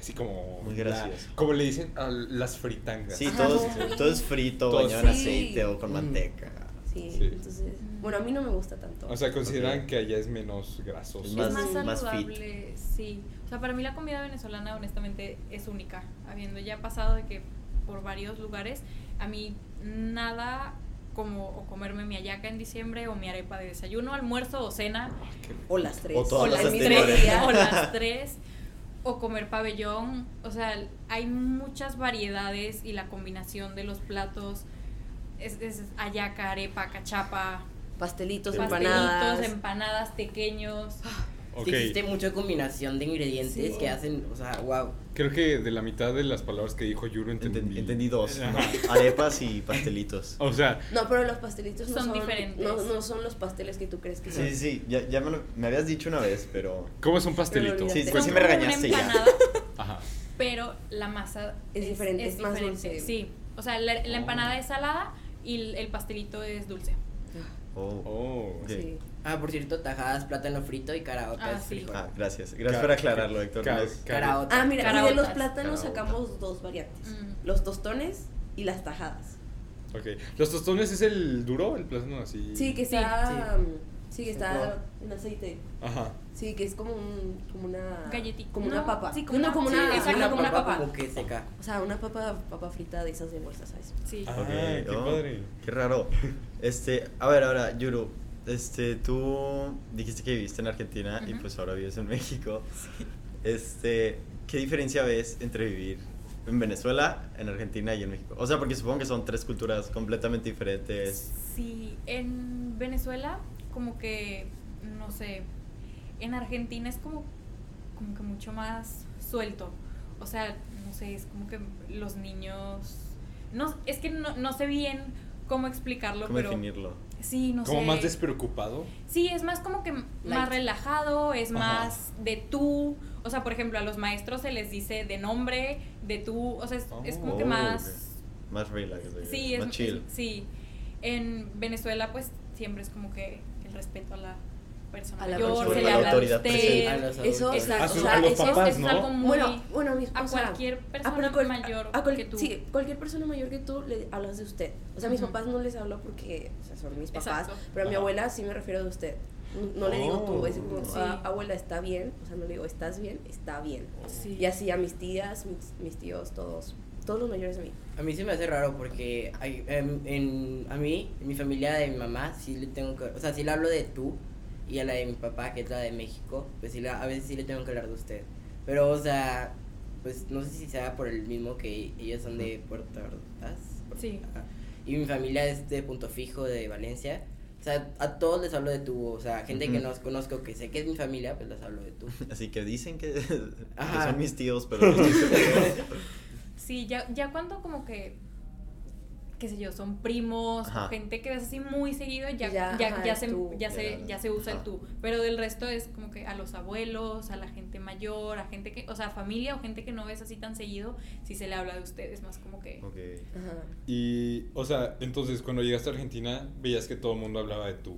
Speaker 1: Así como.
Speaker 2: Muy
Speaker 1: la-
Speaker 2: gracioso.
Speaker 1: como le dicen a las fritangas.
Speaker 2: Sí,
Speaker 5: Ajá.
Speaker 2: todo es, todo es frito,
Speaker 1: Todo es
Speaker 2: bañado en
Speaker 5: frito.
Speaker 2: aceite o con
Speaker 4: Mm.
Speaker 2: manteca.
Speaker 5: Sí,
Speaker 1: Sí.
Speaker 5: entonces... Bueno, a mí no me gusta tanto.
Speaker 1: O sea, consideran
Speaker 2: Ok.
Speaker 1: que allá es menos grasoso.
Speaker 2: Es
Speaker 3: es más
Speaker 2: más- más
Speaker 3: saludable, sí. O sea, para mí la comida venezolana honestamente es única. Habiendo ya pasado de que por varios lugares, a mí nada como o comerme mi hallaca en diciembre o mi arepa de desayuno, almuerzo o cena,
Speaker 5: O las tres.
Speaker 2: O
Speaker 3: o
Speaker 2: todas
Speaker 3: las
Speaker 2: las [LAUGHS]
Speaker 3: tres,
Speaker 2: anteriores.
Speaker 3: o las tres, o comer pabellón. O sea, hay muchas variedades y la combinación de los platos es, es ayaca, arepa, cachapa,
Speaker 5: Pastelitos,
Speaker 3: pastelitos, em-
Speaker 5: empanadas.
Speaker 3: empanadas, pequeños.
Speaker 2: Ah,
Speaker 1: Ok.
Speaker 4: Sí, existe mucha combinación de ingredientes
Speaker 5: Sí.
Speaker 4: que hacen, o sea, wow.
Speaker 1: Creo que de la mitad de las palabras que dijo Yuro entendí.
Speaker 2: Enten- entendí dos, ¿no?
Speaker 1: Ajá.
Speaker 2: [LAUGHS] arepas y pastelitos.
Speaker 1: O sea,
Speaker 5: No, pero los pastelitos no
Speaker 3: Son
Speaker 5: son,
Speaker 3: diferentes.
Speaker 5: No, no son los pasteles que tú crees que son.
Speaker 2: Sí, sí, sí, ya, ya me, lo- me habías dicho una vez, pero...
Speaker 1: ¿cómo es un pastelito?
Speaker 5: Pero lo
Speaker 2: Sí,
Speaker 5: olvidaste.
Speaker 2: pues sí
Speaker 3: Son
Speaker 2: me
Speaker 3: como una
Speaker 2: regañaste ya.
Speaker 3: empanada,
Speaker 1: Ajá.
Speaker 3: pero la masa
Speaker 5: Es diferente, es más
Speaker 3: diferente,
Speaker 5: dulce.
Speaker 3: Sí, o sea, la, la
Speaker 1: Oh.
Speaker 3: empanada es salada y el, el pastelito es dulce.
Speaker 2: Oh.
Speaker 1: Oh.
Speaker 2: Ok.
Speaker 5: Sí.
Speaker 4: Ah, por cierto, tajadas, plátano frito y caraotas
Speaker 3: Ah, sí.
Speaker 4: frijol.
Speaker 2: Ah, gracias. Gracias por aclararlo, Héctor.
Speaker 1: Ca-
Speaker 2: no es-
Speaker 1: ca-
Speaker 4: Caraota.
Speaker 5: Ah, mira, y de los
Speaker 3: Caraotas.
Speaker 5: plátanos
Speaker 2: Caraotas.
Speaker 5: sacamos dos variantes.
Speaker 3: Mm.
Speaker 5: Los tostones y las tajadas.
Speaker 1: Ok. ¿Los tostones es el duro? El plátano así.
Speaker 5: Sí, que
Speaker 3: Sí,
Speaker 5: está... mm, Sí, que
Speaker 4: Sí, claro.
Speaker 5: está en aceite.
Speaker 1: Ajá.
Speaker 5: Sí, que es como un, como una
Speaker 3: Galletita.
Speaker 5: como
Speaker 3: No,
Speaker 5: una papa.
Speaker 3: sí, como una-
Speaker 5: como
Speaker 3: sí,
Speaker 5: una,
Speaker 3: exacto,
Speaker 5: una-
Speaker 4: una
Speaker 3: como una
Speaker 4: papa
Speaker 3: papa.
Speaker 4: como que seca.
Speaker 5: o sea, una papa papa frita de esas de bolsa, ¿sabes?
Speaker 3: Sí.
Speaker 1: Ah,
Speaker 2: Ok, oh,
Speaker 1: qué padre.
Speaker 2: Qué raro. Este, a ver, ahora, Yuru, este, tú dijiste que viviste en Argentina y
Speaker 3: Ujú.
Speaker 2: pues ahora vives en México. Este, ¿qué diferencia ves entre vivir en Venezuela, en Argentina y en México? O sea, porque supongo que son tres culturas completamente diferentes.
Speaker 3: Sí, en Venezuela como que, no sé, en Argentina es como, como que mucho más suelto. O sea, no sé, es como que los niños... No, es que no, no sé bien cómo explicarlo,
Speaker 2: ¿Cómo
Speaker 3: pero...
Speaker 2: definirlo?
Speaker 3: Sí, no
Speaker 1: Como
Speaker 3: sé.
Speaker 1: más despreocupado.
Speaker 3: Sí, es más como que más
Speaker 5: Light.
Speaker 3: relajado, es
Speaker 1: Ajá.
Speaker 3: más de tú. O sea, por ejemplo, a los maestros se les dice de nombre, de tú. O sea, es, es como que
Speaker 2: Oh,
Speaker 3: más...
Speaker 2: Más relax, güey,
Speaker 3: Sí, es,
Speaker 2: más chill.
Speaker 3: es- sí. En Venezuela, pues siempre es como que el respeto a la persona
Speaker 5: A la
Speaker 3: mayor,
Speaker 5: persona.
Speaker 3: se
Speaker 5: A
Speaker 3: le
Speaker 5: la
Speaker 3: habla de
Speaker 2: autoridad
Speaker 3: usted.
Speaker 2: presente.
Speaker 4: A los
Speaker 5: Eso,
Speaker 4: adultos.
Speaker 5: exacto.
Speaker 1: A sus-
Speaker 5: o sea,
Speaker 1: a los
Speaker 5: eso-
Speaker 1: papás,
Speaker 3: eso
Speaker 1: ¿no?
Speaker 3: es algo muy.
Speaker 5: Bueno, bueno, mis,
Speaker 3: a
Speaker 5: o sea,
Speaker 3: cualquier persona
Speaker 5: pero cual-
Speaker 3: mayor
Speaker 5: a cual-
Speaker 3: que tú.
Speaker 5: Sí, cualquier persona mayor que tú le hablas de usted. O sea, mis
Speaker 3: Ujú.
Speaker 5: papás no les hablo porque o sea, son mis papás,
Speaker 3: Exacto.
Speaker 5: pero a mi
Speaker 1: Ajá.
Speaker 5: abuela sí me refiero de usted. No, no le digo tú, es como,
Speaker 3: Sí.
Speaker 5: "Ah, abuela, está bien. O sea, no le digo, estás bien, está bien.
Speaker 3: Sí.
Speaker 5: Y así a mis tías, mis, mis tíos, todos, todos los mayores de mí.
Speaker 4: A mí se me hace raro porque hay- em, en- a mí, en mi familia de mi mamá, sí le tengo que... O sea, sí le hablo de tú y a la de mi papá, que es la de México, pues sí la- a veces sí le tengo que hablar de usted. Pero, o sea, pues no sé si sea por el mismo que ellos son de Puerto Ordaz.
Speaker 3: Sí.
Speaker 4: Ajá. Y mi familia es de Punto Fijo, de Valencia. O sea, a todos les hablo de tú. O sea, gente que
Speaker 2: Ujú.
Speaker 4: no conozco, que sé que es mi familia, pues les hablo de tú.
Speaker 2: Así que dicen que, [LAUGHS] que
Speaker 4: Ajá.
Speaker 2: son mis tíos, pero no
Speaker 1: [LAUGHS]
Speaker 2: estoy seguro.
Speaker 3: Sí, ya, ya cuando como que qué sé yo, son primos,
Speaker 2: Ajá.
Speaker 3: o gente que ves así muy seguido, ya, ya,
Speaker 5: Ya,
Speaker 3: ya,
Speaker 5: ajá, el
Speaker 3: se,
Speaker 5: tú.
Speaker 3: ya, se,
Speaker 2: Ya,
Speaker 3: ya se usa el
Speaker 2: ajá.
Speaker 3: tú. Pero del resto es como que a los abuelos, a la gente mayor, a gente que, o sea, familia o gente que no ves así tan seguido, si se le habla de ustedes, más como que...
Speaker 2: Ok.
Speaker 5: Ajá.
Speaker 1: Y, o sea, entonces cuando llegaste a Argentina, veías que todo el mundo hablaba de tú.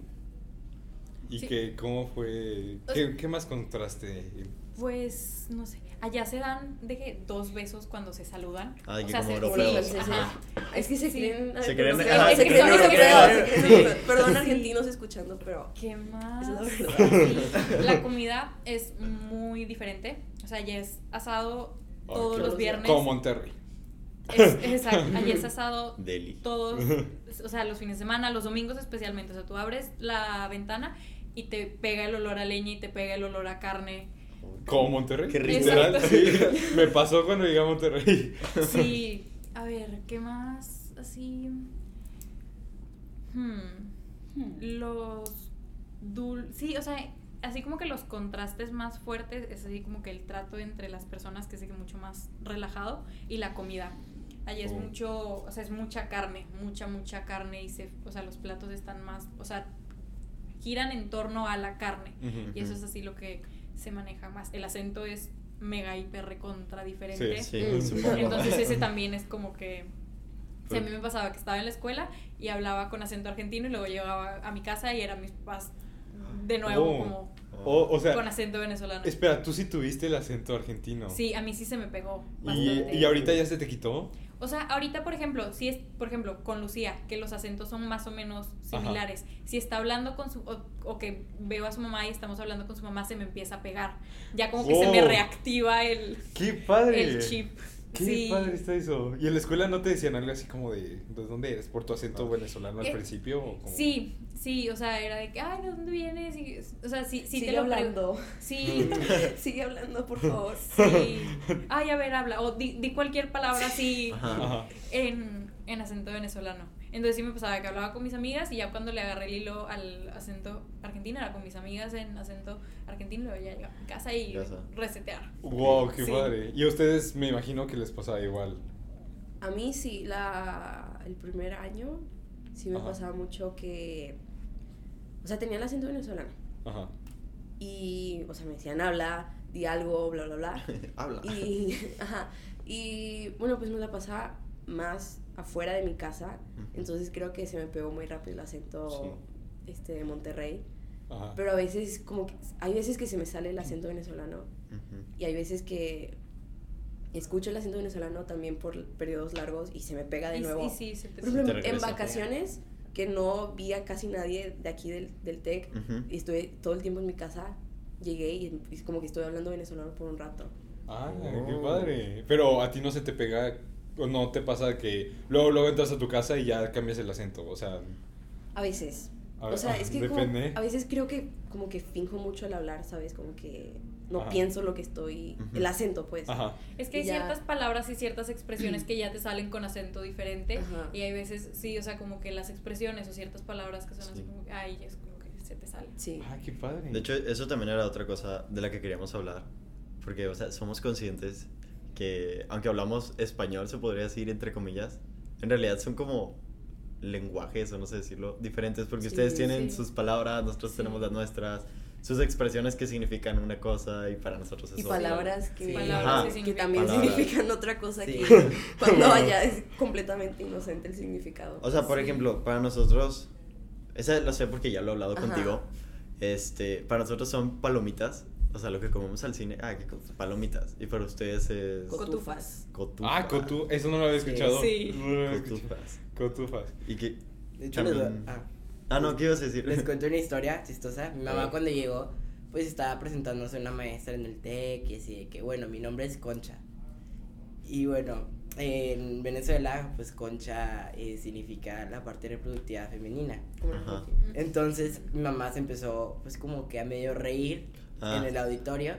Speaker 1: ¿Y
Speaker 3: Sí.
Speaker 1: que, cómo fue?
Speaker 3: O
Speaker 1: ¿Qué,
Speaker 3: sea-
Speaker 1: qué más contraste?
Speaker 3: Pues, no sé, allá se dan de que dos besos cuando se saludan.
Speaker 2: Ay, que
Speaker 3: se-
Speaker 2: como
Speaker 3: sí,
Speaker 2: europeos.
Speaker 3: sí, sí.
Speaker 5: Ajá. Es que se
Speaker 3: Sí.
Speaker 5: creen. eh,
Speaker 2: Se
Speaker 5: ay,
Speaker 2: creen-
Speaker 5: perdón,
Speaker 2: ajá,
Speaker 5: se
Speaker 2: se creen
Speaker 5: creen europeos, se creen
Speaker 2: europeos.
Speaker 5: europeos. Perdón,
Speaker 3: Sí.
Speaker 5: argentinos escuchando, pero.
Speaker 3: ¿Qué más?
Speaker 5: Es la verdad.
Speaker 3: Sí, La comida es muy diferente. O sea, ya es asado todos
Speaker 1: qué-
Speaker 3: los viernes.
Speaker 1: Como Monterrey.
Speaker 3: Es, exacto, allí es asado
Speaker 2: Delhi.
Speaker 3: todos, o sea, los fines de semana, los domingos especialmente. O sea, tú abres la ventana y te pega el olor a leña y te pega el olor a carne.
Speaker 1: Como Monterrey.
Speaker 2: Qué rico.
Speaker 1: Literal, sí.
Speaker 3: Exacto.
Speaker 1: Me pasó cuando llegué a
Speaker 3: [LAUGHS]
Speaker 1: Monterrey.
Speaker 3: Sí. A ver, ¿qué más? Así. Hmm. Los dul... Sí, o sea, así como que los contrastes más fuertes es así como que el trato entre las personas que es de que mucho más relajado y la comida. Allí es
Speaker 1: Oh.
Speaker 3: mucho, o sea, es mucha carne, mucha, mucha carne y se, o sea, los platos están más, o sea, giran en torno a la carne. Y eso es así lo que se maneja más. El acento es mega hiper recontra diferente.
Speaker 1: Sí,
Speaker 2: Sí,
Speaker 5: Mm.
Speaker 2: supongo.
Speaker 3: Entonces ese también es como que... si a
Speaker 1: Pues
Speaker 3: mí me pasaba que estaba en la escuela y hablaba con acento argentino y luego llegaba a mi casa y eran mis papás de nuevo
Speaker 1: Oh.
Speaker 3: como...
Speaker 1: O, o sea,
Speaker 3: Con acento venezolano.
Speaker 1: espera, tú sí tuviste el acento argentino.
Speaker 3: Sí, a mí sí se me pegó
Speaker 1: Y,
Speaker 3: bastante.
Speaker 1: y ahorita ya se te quitó.
Speaker 3: O sea, ahorita, por ejemplo, si es, por ejemplo, con Lucía, que los acentos son más o menos similares, si está hablando con su, o, o que veo a su mamá y estamos hablando con su mamá, se me empieza a pegar. Ya como que se me
Speaker 1: Oh.
Speaker 3: reactiva el,
Speaker 1: ¡Qué padre!
Speaker 3: el chip.
Speaker 1: ¡Qué
Speaker 3: sí.
Speaker 1: padre está eso! ¿Y en la escuela no te decían algo así como de, ¿de dónde eres? ¿Por tu acento
Speaker 2: Ah.
Speaker 1: venezolano al
Speaker 3: Eh,
Speaker 1: principio? o cómo?
Speaker 3: Sí, sí, o sea, era de que, ay, ¿de dónde vienes? Y, o sea, sí, sí te
Speaker 5: sigue
Speaker 3: lo pre-
Speaker 5: hablando.
Speaker 2: [LAUGHS]
Speaker 3: Sí,
Speaker 5: [LAUGHS] sigue hablando, por favor.
Speaker 3: sí. Ay, a ver, habla. O di, di cualquier palabra así
Speaker 2: Ajá.
Speaker 1: Ajá.
Speaker 3: en, en acento venezolano. Entonces sí me pasaba que hablaba con mis amigas y ya cuando le agarré el hilo al acento argentino, era con mis amigas en acento argentino, luego ya llegaba a mi casa y
Speaker 2: Casa.
Speaker 3: resetear.
Speaker 1: ¡Wow! ¡Qué
Speaker 3: Sí.
Speaker 1: padre! Y a ustedes me imagino que les pasaba igual.
Speaker 5: A mí sí, la, el primer año sí me
Speaker 1: Ajá.
Speaker 5: pasaba mucho que... O sea, tenía el acento venezolano.
Speaker 1: Ajá.
Speaker 5: Y, o sea, me decían, habla, di algo, bla, bla, bla.
Speaker 2: [LAUGHS] Habla.
Speaker 5: Y, [LAUGHS] ajá, y bueno, pues me la pasaba más afuera de mi casa.
Speaker 2: Ujú.
Speaker 5: Entonces creo que se me pegó muy rápido el acento este, de Monterrey.
Speaker 1: Ajá.
Speaker 5: Pero a veces, como que, hay veces que se me sale el acento venezolano.
Speaker 2: Ujú.
Speaker 5: Y hay veces que escucho el acento venezolano también por periodos largos y se me pega de
Speaker 3: Y,
Speaker 5: nuevo.
Speaker 3: y sí, se te-
Speaker 5: Por ejemplo,
Speaker 2: te
Speaker 5: en- en
Speaker 2: regresa.
Speaker 5: vacaciones, que no vi a casi nadie de aquí del, del TEC,
Speaker 2: Ujú.
Speaker 5: y estuve todo el tiempo en mi casa, llegué y es como que estuve hablando venezolano por un rato.
Speaker 1: Ah,
Speaker 2: Oh.
Speaker 1: qué padre. Pero a ti no se te pega, o no te pasa que luego, luego entras a tu casa y ya cambias el acento. O sea,
Speaker 5: A veces.
Speaker 1: a-
Speaker 5: o sea,
Speaker 1: ah,
Speaker 5: es que como-
Speaker 1: depende.
Speaker 5: a veces creo que como que finjo mucho al hablar, ¿sabes? Como que no
Speaker 1: Ajá.
Speaker 5: pienso lo que estoy,
Speaker 2: Ujú.
Speaker 5: el acento pues.
Speaker 1: Ajá.
Speaker 3: Es que hay
Speaker 5: Ya.
Speaker 3: ciertas palabras y ciertas expresiones que ya te salen
Speaker 2: [CLEARS THROAT]
Speaker 3: con acento diferente
Speaker 5: Ajá.
Speaker 3: y hay veces, sí, o sea, como que las expresiones o ciertas palabras que son así
Speaker 2: Sí.
Speaker 3: como, ay, es como que se te sale.
Speaker 5: Sí.
Speaker 1: Ah, qué padre.
Speaker 2: De hecho, eso también era otra cosa de la que queríamos hablar. Porque, o sea, somos conscientes que, aunque hablamos español, se podría decir entre comillas, en realidad son como lenguajes, o no sé decirlo, diferentes. Porque
Speaker 5: Sí,
Speaker 2: ustedes tienen
Speaker 3: sí.
Speaker 2: sus palabras, nosotros
Speaker 3: Sí.
Speaker 2: tenemos las nuestras, sus expresiones que significan una cosa y para nosotros es
Speaker 5: Y
Speaker 2: otra.
Speaker 5: palabras que,
Speaker 4: Sí.
Speaker 2: Ajá.
Speaker 3: Palabras que
Speaker 5: que
Speaker 3: significan-
Speaker 5: también
Speaker 2: Palabras.
Speaker 5: significan otra cosa
Speaker 4: Sí.
Speaker 2: [LAUGHS]
Speaker 5: que cuando allá es completamente inocente el significado.
Speaker 2: O sea, por
Speaker 3: Sí.
Speaker 2: ejemplo, para nosotros, esa lo sé porque ya lo he hablado
Speaker 5: Ajá.
Speaker 2: contigo, este, para nosotros son palomitas, o sea, lo que comemos al cine, ah, qué cosas, palomitas, y para ustedes es
Speaker 5: Cotufas.
Speaker 2: cotufas.
Speaker 1: Ah, cotu, eso no lo había
Speaker 4: Sí.
Speaker 1: escuchado.
Speaker 3: Sí.
Speaker 1: No lo había escuchado.
Speaker 2: Cotufas.
Speaker 1: Cotufas.
Speaker 2: Y que,
Speaker 4: De hecho, les,
Speaker 2: También-
Speaker 4: ah,
Speaker 2: ah, no, ¿qué ibas a decir? [LAUGHS]
Speaker 4: les cuento una historia chistosa. Mi
Speaker 1: A ver.
Speaker 4: mamá cuando llegó, pues estaba presentándose una maestra en el TEC y así de que, bueno, mi nombre es Concha. Y bueno, en Venezuela, pues Concha eh, significa la parte reproductiva femenina.
Speaker 5: Como-
Speaker 2: Ajá.
Speaker 4: Entonces mi mamá se empezó pues como que a medio reír
Speaker 2: Ah.
Speaker 4: en el auditorio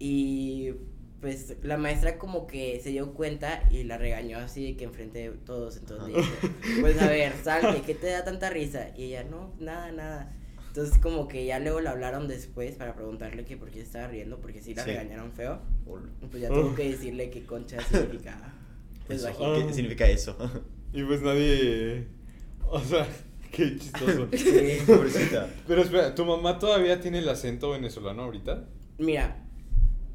Speaker 4: y pues la maestra como que se dio cuenta y la regañó así de que enfrente de todos. Entonces le dijo, pues a [LAUGHS] ver, salte, ¿qué te da tanta risa? Y ella, no, nada, nada. Entonces como que ya luego la hablaron después para preguntarle que por qué se estaba riendo, porque sí la
Speaker 2: Sí.
Speaker 4: regañaron feo.
Speaker 2: Ol-
Speaker 4: Pues ya tuvo que decirle que concha significaba [LAUGHS] pues
Speaker 2: eso,
Speaker 4: vagina.
Speaker 1: Ah.
Speaker 2: ¿Qué significa eso? [LAUGHS]
Speaker 1: Y pues nadie. O sea, [LAUGHS] qué
Speaker 5: [LAUGHS]
Speaker 1: chistoso.
Speaker 4: Sí.
Speaker 2: Pobrecita.
Speaker 1: Pero espera, ¿tu mamá todavía tiene el acento venezolano ahorita?
Speaker 4: Mira,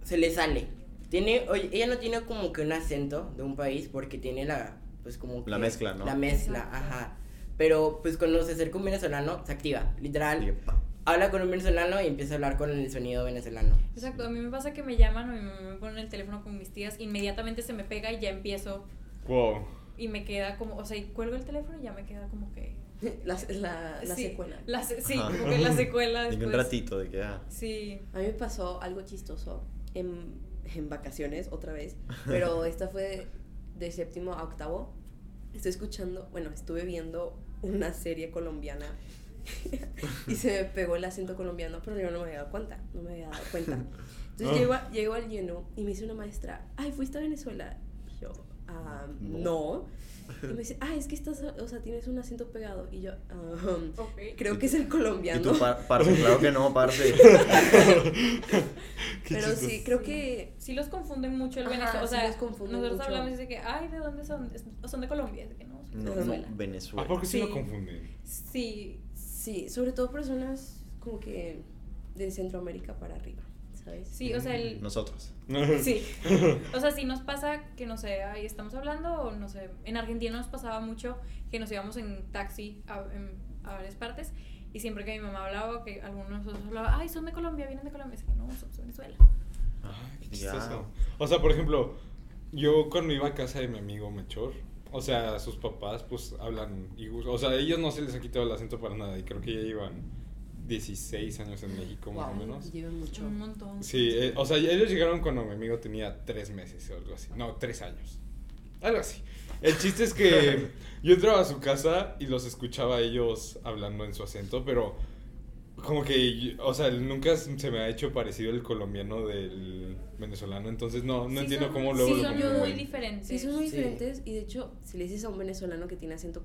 Speaker 4: se le sale. Tiene, oye, ella no tiene como que un acento de un país porque tiene la, pues como que-
Speaker 2: La mezcla, ¿no?
Speaker 4: La mezcla,
Speaker 3: Exacto.
Speaker 4: ajá. Pero pues cuando se acerca un venezolano, se activa, literal.
Speaker 2: Dije, pa.
Speaker 4: Habla con un venezolano y empieza a hablar con el sonido venezolano.
Speaker 3: Exacto, a mí me pasa que me llaman o mi mamá me pone el teléfono con mis tías, inmediatamente se me pega y ya empiezo
Speaker 1: Wow.
Speaker 3: y me queda como, o sea, y cuelgo el teléfono y ya me queda como que...
Speaker 5: [LAUGHS] La, la, la
Speaker 3: sí,
Speaker 5: secuela.
Speaker 3: la se- sí,
Speaker 2: Ajá.
Speaker 3: como que la secuela
Speaker 2: [LAUGHS] Dije
Speaker 3: Ah, después.
Speaker 2: un ratito de que, ah,
Speaker 3: Sí.
Speaker 5: A mí me pasó algo chistoso en, en vacaciones otra vez, pero esta fue de, de séptimo a octavo. Estoy escuchando, bueno, estuve viendo una serie colombiana y se me pegó el acento colombiano, pero yo no me había dado cuenta, no me había dado cuenta. Entonces
Speaker 1: Ah.
Speaker 5: llego, a- llego al lleno y me dice una maestra, ay, ¿fuiste a Venezuela? Y yo, "Ah,
Speaker 2: No.
Speaker 5: no. Y me dice, ah, es que estás, o sea, tienes un acento pegado. Y yo, "Ah, um,
Speaker 3: Ok.
Speaker 5: creo que es el
Speaker 2: y
Speaker 5: colombiano.
Speaker 2: tú, par- parce, claro que no, parce.
Speaker 1: Qué
Speaker 5: Pero
Speaker 1: chistoso.
Speaker 5: sí, creo que
Speaker 3: Sí los confunden mucho el
Speaker 5: Ajá,
Speaker 3: venezolano. O
Speaker 5: sí
Speaker 3: sea,
Speaker 5: los confunden
Speaker 3: nosotros
Speaker 5: mucho.
Speaker 3: hablamos y dice que, ay, ¿de dónde son? Es- Son de Colombia. Es de que no, son de
Speaker 2: No,
Speaker 3: Venezuela.
Speaker 2: no, Venezuela.
Speaker 1: Ah, porque sí, lo
Speaker 3: Sí.
Speaker 1: confunden.
Speaker 3: Sí,
Speaker 5: Sí, sobre todo personas como que de Centroamérica para arriba, ¿sabes?
Speaker 3: sí, o sea, el...
Speaker 2: Nosotros.
Speaker 1: [LAUGHS]
Speaker 3: Sí. O sea, sí nos pasa que, no sé, ahí estamos hablando, o no sé, en Argentina nos pasaba mucho que nos íbamos en taxi a, en- a varias partes Y siempre que mi mamá hablaba, o que algunos de nosotros hablaba, ay, son de Colombia, vienen de Colombia. Es que no, somos de Venezuela.
Speaker 1: Ay, Ah, qué
Speaker 2: Ya.
Speaker 1: chistoso. O sea, por ejemplo, yo cuando iba a casa de mi amigo Mechor, o sea, sus papás pues hablan, y, o sea, a ellos no se les ha quitado el acento para nada y creo que ya llevan 16 años en México más o menos.
Speaker 5: Llevan mucho.
Speaker 3: Un montón.
Speaker 1: Sí, eh, o sea, ellos llegaron cuando mi amigo tenía tres meses o algo así. No, tres años. Algo así. El chiste es que yo entraba a su casa y los escuchaba a ellos hablando en su acento, pero como que, yo- o sea, nunca se me ha hecho parecido el colombiano del venezolano, entonces no, no
Speaker 3: Sí
Speaker 1: entiendo
Speaker 3: son-
Speaker 1: cómo luego
Speaker 3: Sí,
Speaker 1: lo
Speaker 3: son
Speaker 1: confunden.
Speaker 3: muy diferentes.
Speaker 5: Sí, son muy
Speaker 4: Sí.
Speaker 5: diferentes y de hecho, si le dices a un venezolano que tiene acento